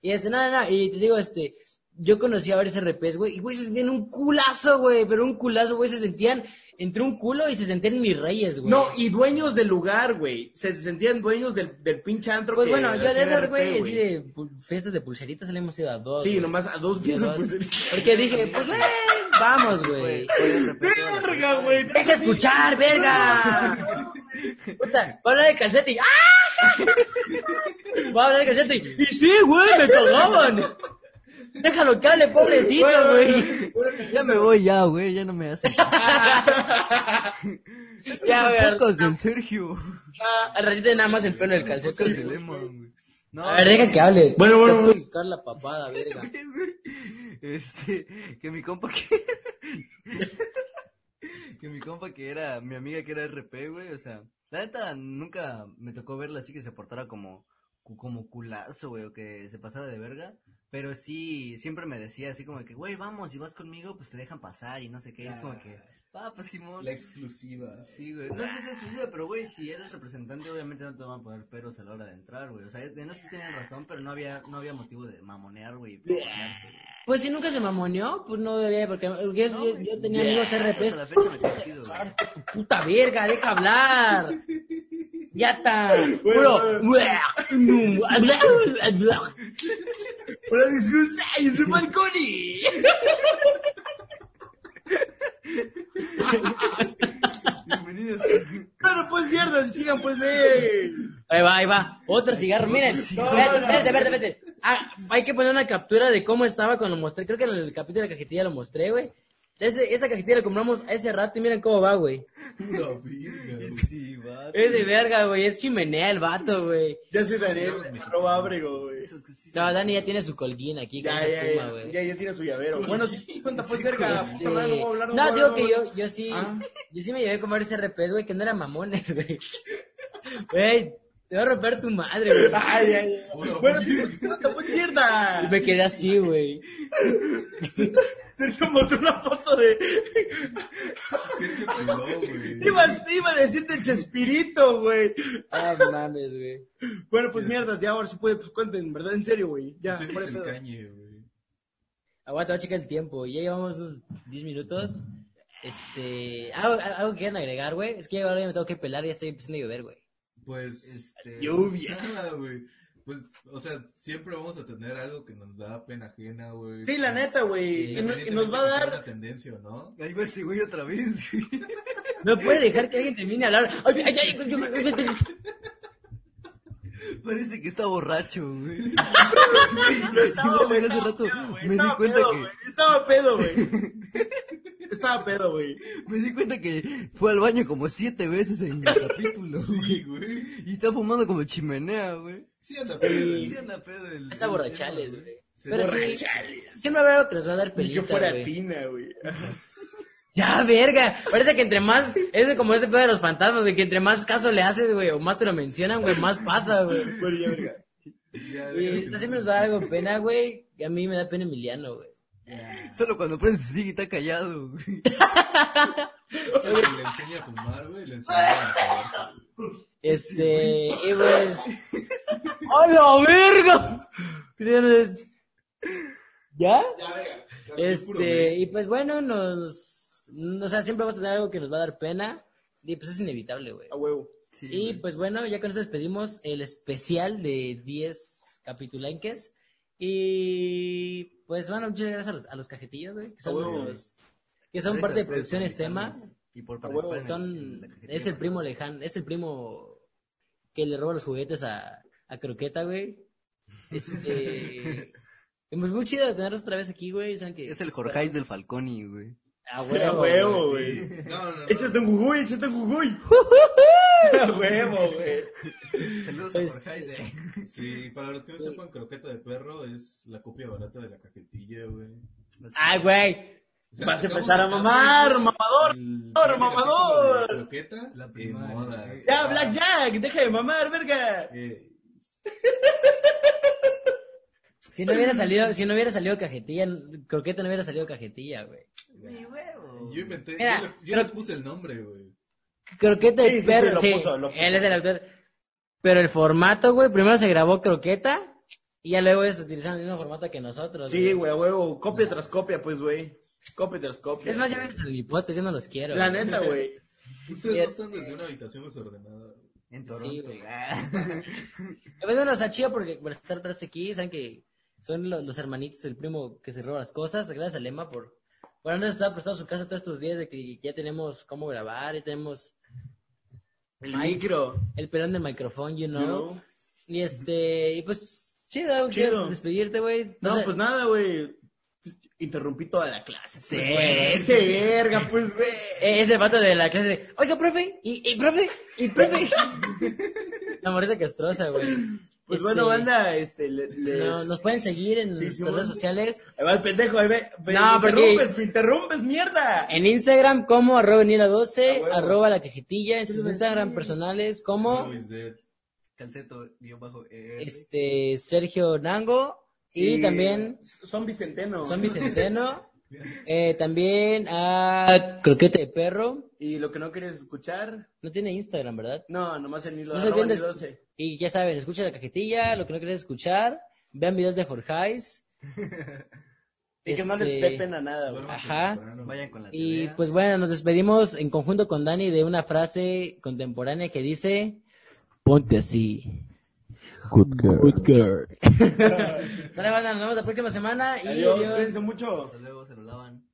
[SPEAKER 1] Y este, no, no, no, y te digo, este, yo conocí a varios RPs, güey, y güey, se sentían un culazo, güey, pero un culazo, güey, se sentían entre un culo y se sentían mis reyes, güey.
[SPEAKER 2] No, y dueños del lugar, güey. Se sentían dueños del, del pinche antro.
[SPEAKER 1] Pues
[SPEAKER 2] que
[SPEAKER 1] bueno, yo de
[SPEAKER 2] hacía
[SPEAKER 1] esas,
[SPEAKER 2] RP,
[SPEAKER 1] güey, así de pul- fiestas de pulseritas le hemos ido a dos.
[SPEAKER 2] Sí,
[SPEAKER 1] güey.
[SPEAKER 2] nomás a dos
[SPEAKER 1] Y a
[SPEAKER 2] piezas,
[SPEAKER 1] dos.
[SPEAKER 2] pues.
[SPEAKER 1] Porque dije, pues, güey, vamos, güey.
[SPEAKER 2] Verga, güey. no
[SPEAKER 1] Deja
[SPEAKER 2] sé si-
[SPEAKER 1] escuchar, verga. Puta, va a hablar de calcetín. ¡Ah! Va a hablar de calcetín. Y sí, güey, me cagaban. Déjalo que hable, pobrecito, güey.
[SPEAKER 5] Ya me voy, ya, güey, ya no me hace.
[SPEAKER 1] Ya, güey. al-
[SPEAKER 5] Pocos del Sergio.
[SPEAKER 1] Al ratito nada más el pelo del
[SPEAKER 5] Pocos del
[SPEAKER 1] calcetín.
[SPEAKER 5] Lemon, güey. No,
[SPEAKER 1] A ver, deja que hable.
[SPEAKER 2] Bueno, bueno,
[SPEAKER 1] Te
[SPEAKER 2] bueno.
[SPEAKER 1] buscar la papada, verga.
[SPEAKER 5] Este, que mi compa que... que mi compa que era, mi amiga que era RP, güey, o sea, la neta nunca me tocó verla así que se portara como, cu- como culazo, güey, o que se pasara de verga, pero sí, siempre me decía así como que, güey, vamos, si vas conmigo, pues te dejan pasar y no sé qué, y es como que, ah, pues Simón.
[SPEAKER 4] La exclusiva.
[SPEAKER 5] Sí, güey. No es que sea exclusiva, pero, güey, si eres representante, obviamente no te van a poner peros a la hora de entrar, güey. O sea, en eso sí tenían razón, pero no había, no había motivo de mamonear, güey. y pavonearse, güey.
[SPEAKER 1] Pues si nunca se mamoneó, pues no debía, porque porque yo,
[SPEAKER 5] No,
[SPEAKER 1] yo-
[SPEAKER 5] güey.
[SPEAKER 1] yo tenía
[SPEAKER 5] Hasta
[SPEAKER 1] amigos RPs.
[SPEAKER 5] la fecha me cae chido, güey.
[SPEAKER 1] Puta verga, deja hablar. Ya está. Puro.
[SPEAKER 2] Hola, disgusta, yo soy
[SPEAKER 5] Bienvenidos.
[SPEAKER 2] Pero pues pierdan, sigan pues ve.
[SPEAKER 1] Ahí va, ahí va. Otro cigarro, miren. Espérate, espérate, espérate, espérate. Ah, hay que poner una captura de cómo estaba cuando lo mostré. Creo que en el capítulo de la cajetilla lo mostré, güey. Ese- esa cajetilla la compramos hace rato y miren cómo va, güey.
[SPEAKER 4] Pura virga, güey.
[SPEAKER 5] Sí, va.
[SPEAKER 1] Es de verga, güey. Es chimenea el vato, güey.
[SPEAKER 2] Ya soy Daniel, arroba abrego, güey.
[SPEAKER 5] Esos que sí se-
[SPEAKER 1] No, Dani ya tiene su colguín aquí. con
[SPEAKER 2] Ya,
[SPEAKER 1] esa
[SPEAKER 2] ya,
[SPEAKER 1] pluma,
[SPEAKER 2] ya,
[SPEAKER 1] güey.
[SPEAKER 2] ya, ya tiene su llavero. Bueno, sí, cuenta pues verga.
[SPEAKER 1] Este,
[SPEAKER 2] puta madre, No, voy a hablar,
[SPEAKER 1] No,
[SPEAKER 2] voy a
[SPEAKER 1] digo
[SPEAKER 2] hablar,
[SPEAKER 1] que
[SPEAKER 2] no voy
[SPEAKER 1] yo, yo sí,
[SPEAKER 2] Ah.
[SPEAKER 1] yo sí me llevé como varios RPs, güey, que no eran mamones, güey. Güey, te va a romper tu madre,
[SPEAKER 2] a
[SPEAKER 1] güey.
[SPEAKER 2] hablar. Ay, ay, ay. Bueno, sí, cuenta pues
[SPEAKER 1] Y
[SPEAKER 2] mierda.
[SPEAKER 1] me quedé así, güey.
[SPEAKER 2] Sergio mostró una foto de.
[SPEAKER 4] Sergio Peló, güey.
[SPEAKER 2] Ibas, iba a decirte Chespirito, güey.
[SPEAKER 1] Ah, mames, güey.
[SPEAKER 2] Bueno, pues mierdas, ya ahora sí puede, pues cuenten, ¿verdad? En serio, güey. Ya,
[SPEAKER 4] Sergio
[SPEAKER 2] fuera
[SPEAKER 4] es
[SPEAKER 2] de
[SPEAKER 4] el
[SPEAKER 2] pedo.
[SPEAKER 4] cañe, güey.
[SPEAKER 1] Aguanta, voy a checar el tiempo. Ya llevamos unos 10 minutos. Este, algo, algo que quieran agregar, güey. Es que ahora ya me tengo que pelar y ya estoy empezando a llover, güey.
[SPEAKER 4] Pues, este.
[SPEAKER 2] Lluvia.
[SPEAKER 4] nada, güey. Pues, o sea, siempre vamos a tener algo que nos da pena ajena, güey.
[SPEAKER 2] Sí, la neta, güey. y, no- y nos va a
[SPEAKER 4] Independientemente que sea
[SPEAKER 2] dar.
[SPEAKER 4] Una tendencia, ¿o ¿no?
[SPEAKER 5] Ahí va ese güey otra vez, güey.
[SPEAKER 1] No puede dejar que alguien termine de hablar. Ay, ay, ay, yo me-
[SPEAKER 5] Parece que está borracho, güey.
[SPEAKER 2] Lo estaba,
[SPEAKER 5] Igual
[SPEAKER 2] güey,
[SPEAKER 5] hace
[SPEAKER 2] estaba
[SPEAKER 5] rato
[SPEAKER 2] pedo, güey,
[SPEAKER 5] me di
[SPEAKER 2] estaba
[SPEAKER 5] cuenta
[SPEAKER 2] pedo,
[SPEAKER 5] que-
[SPEAKER 2] güey, Estaba pedo, güey. Estaba pedo, güey.
[SPEAKER 5] Me di cuenta que fue al baño como siete veces en el capítulo,
[SPEAKER 4] Sí,
[SPEAKER 5] güey.
[SPEAKER 4] güey.
[SPEAKER 5] Y está fumando como chimenea, güey.
[SPEAKER 4] Sí, anda, pero.
[SPEAKER 5] Sí anda pedo el...
[SPEAKER 1] Está borrachales, güey.
[SPEAKER 4] Se
[SPEAKER 1] Pero sí,
[SPEAKER 2] Chale.
[SPEAKER 1] siempre habrá algo que les va a dar
[SPEAKER 2] Ni
[SPEAKER 1] pelita,
[SPEAKER 2] que fuera
[SPEAKER 1] güey.
[SPEAKER 2] Tina, güey.
[SPEAKER 1] Ya, verga. Parece que entre más, es como ese pedo de los fantasmas, de que entre más caso le haces, güey, o más te lo mencionan, güey, más pasa, güey.
[SPEAKER 2] Bueno, ya, verga.
[SPEAKER 4] Ya,
[SPEAKER 1] Y
[SPEAKER 4] déjalo
[SPEAKER 1] esto
[SPEAKER 4] que-
[SPEAKER 1] siempre nos da algo de pena, güey. y A mí me da pena Emiliano, güey.
[SPEAKER 5] Solo cuando prende su silla y está callado, güey.
[SPEAKER 4] Es que Le enseña a fumar, güey. Le enseña a acabarse, güey.
[SPEAKER 1] Este, y pues. ¡A la verga! este. ¿Ya? Este, y pues bueno, nos. O sea, siempre vamos a tener algo que nos va a dar pena. Y pues es inevitable, güey.
[SPEAKER 2] A huevo.
[SPEAKER 5] Sí,
[SPEAKER 1] Y pues bueno, ya con esto despedimos el especial de 10 capitulenques. Y pues bueno, muchas gracias a los, a los cajetillos, güey, que son,
[SPEAKER 2] A huevo.
[SPEAKER 1] nuestros- que son
[SPEAKER 5] Gracias
[SPEAKER 1] parte de
[SPEAKER 5] a ustedes por
[SPEAKER 1] producciones tema.
[SPEAKER 5] invitarnos Y por
[SPEAKER 2] huevo.
[SPEAKER 5] participar en el- en
[SPEAKER 1] Son,
[SPEAKER 5] la cajetilla
[SPEAKER 1] es el
[SPEAKER 5] pasada.
[SPEAKER 1] primo lejano, es el primo que le roba los juguetes a, a Croqueta, güey. Este. y pues muy chido tenerlos otra vez aquí, güey. saben que-
[SPEAKER 5] Es el Jorjais del Falconi, güey.
[SPEAKER 1] A
[SPEAKER 2] A
[SPEAKER 1] huevo. güey.
[SPEAKER 2] huevo, güey.
[SPEAKER 4] No, no, no.
[SPEAKER 2] Échate un jujuy, échate un jujuy. A huevo, güey.
[SPEAKER 5] Saludos
[SPEAKER 1] Es-
[SPEAKER 5] a Jorjais, eh.
[SPEAKER 4] Sí, para los que no sepan, croqueta de perro es la copia barata de la cajetilla, güey.
[SPEAKER 1] Ay, güey.
[SPEAKER 4] O sea,
[SPEAKER 2] Vas a
[SPEAKER 4] estamos
[SPEAKER 2] empezar a
[SPEAKER 4] sacando
[SPEAKER 2] mamar, mamador.
[SPEAKER 4] el-
[SPEAKER 2] mamador, mamador.
[SPEAKER 4] la Croqueta,
[SPEAKER 5] La
[SPEAKER 4] la
[SPEAKER 5] primaria.
[SPEAKER 4] moda. Ah,
[SPEAKER 2] Ya, Black Jack, deja de mamar, verga.
[SPEAKER 4] Eh,
[SPEAKER 1] Si no hubiera salido, si no hubiera salido cajetilla, Croqueta no hubiera salido cajetilla, güey.
[SPEAKER 5] Mi huevo.
[SPEAKER 4] yo inventé,
[SPEAKER 1] Mira,
[SPEAKER 4] yo, le- yo
[SPEAKER 1] creo-
[SPEAKER 4] les puse el nombre, güey.
[SPEAKER 1] Croqueta
[SPEAKER 2] Sí,
[SPEAKER 1] y
[SPEAKER 2] sí, sí,
[SPEAKER 1] perro,
[SPEAKER 2] lo
[SPEAKER 1] sí,
[SPEAKER 2] puso, lo puso.
[SPEAKER 1] él es el autor. Pero el formato, güey, primero se grabó croqueta y ya luego ellos utilizaron el mismo formato que nosotros.
[SPEAKER 2] Sí, güey, a huevo. Copia tras copia, pues, güey. Copia tras copia.
[SPEAKER 1] Es más, ya me los bipotes, yo no los quiero.
[SPEAKER 2] La
[SPEAKER 1] güey.
[SPEAKER 2] neta, güey.
[SPEAKER 4] Ustedes
[SPEAKER 1] Y
[SPEAKER 4] no
[SPEAKER 1] es-
[SPEAKER 4] están desde una habitación desordenada.
[SPEAKER 5] En
[SPEAKER 1] Sí,
[SPEAKER 5] Toronto.
[SPEAKER 1] güey.
[SPEAKER 5] Ah.
[SPEAKER 1] A veces nos está chido porque por estar atrás aquí, saben que son los, los hermanitos, el primo que se roba las cosas. Gracias a Lema por, por habernos estado prestado su casa todos estos días de que ya tenemos cómo grabar, ya tenemos
[SPEAKER 2] El
[SPEAKER 1] Mike.
[SPEAKER 2] micro.
[SPEAKER 1] el pelón del micrófono, you know.
[SPEAKER 2] you know.
[SPEAKER 1] Y este, y pues Chido, algo que
[SPEAKER 2] Chido.
[SPEAKER 1] quieras despedirte, güey.
[SPEAKER 2] No,
[SPEAKER 1] O sea,
[SPEAKER 2] pues nada, güey. Interrumpí toda la clase.
[SPEAKER 1] Sí.
[SPEAKER 2] pues, güey, ese verga, pues, güey.
[SPEAKER 1] eh, Ese vato de la clase de, oiga, profe, y, y profe, y profe. la morita castrosa, güey.
[SPEAKER 2] Pues
[SPEAKER 1] Este,
[SPEAKER 2] bueno, banda, este, le- les...
[SPEAKER 1] no, nos pueden seguir en
[SPEAKER 2] Sí,
[SPEAKER 1] nuestras
[SPEAKER 2] sí,
[SPEAKER 1] redes
[SPEAKER 2] bueno.
[SPEAKER 1] sociales.
[SPEAKER 2] Ahí va el pendejo, ahí ve. Me,
[SPEAKER 1] No,
[SPEAKER 2] me
[SPEAKER 1] porque- Eh,
[SPEAKER 2] interrumpes, me interrumpes, mierda.
[SPEAKER 1] En Instagram como arroba la 12
[SPEAKER 2] A Ah, huevo.
[SPEAKER 1] arroba la cajetilla, en sus Instagram personales como
[SPEAKER 4] Always dead.
[SPEAKER 5] Calceto, guión bajo, eh,
[SPEAKER 1] este Sergio Nango y, también
[SPEAKER 2] Son Vicenteno.
[SPEAKER 1] Son Vicenteno, eh, también a Croquete de Perro,
[SPEAKER 2] Y lo que no quieres escuchar,
[SPEAKER 1] no tiene Instagram, ¿verdad?
[SPEAKER 2] no, nomás en
[SPEAKER 1] No
[SPEAKER 2] hilo no
[SPEAKER 1] se olviden de-
[SPEAKER 2] 12.
[SPEAKER 1] Y ya saben, escuchen la cajetilla, lo que no quieres escuchar, vean videos de Jorgeis.
[SPEAKER 2] Y que no les
[SPEAKER 1] Este-
[SPEAKER 2] dé pena nada, güey.
[SPEAKER 4] Duérmase
[SPEAKER 1] Ajá.
[SPEAKER 4] temprano.
[SPEAKER 5] Vayan con la
[SPEAKER 1] Y
[SPEAKER 5] tarea.
[SPEAKER 1] pues bueno, nos despedimos en conjunto con Dani de una frase contemporánea que dice, ponte así.
[SPEAKER 6] Good girl.
[SPEAKER 1] Sale, banda, nos vemos la próxima semana y
[SPEAKER 2] Adiós,
[SPEAKER 1] adiós. pues,
[SPEAKER 2] cuídense mucho.
[SPEAKER 5] Hasta luego, se lo lavan.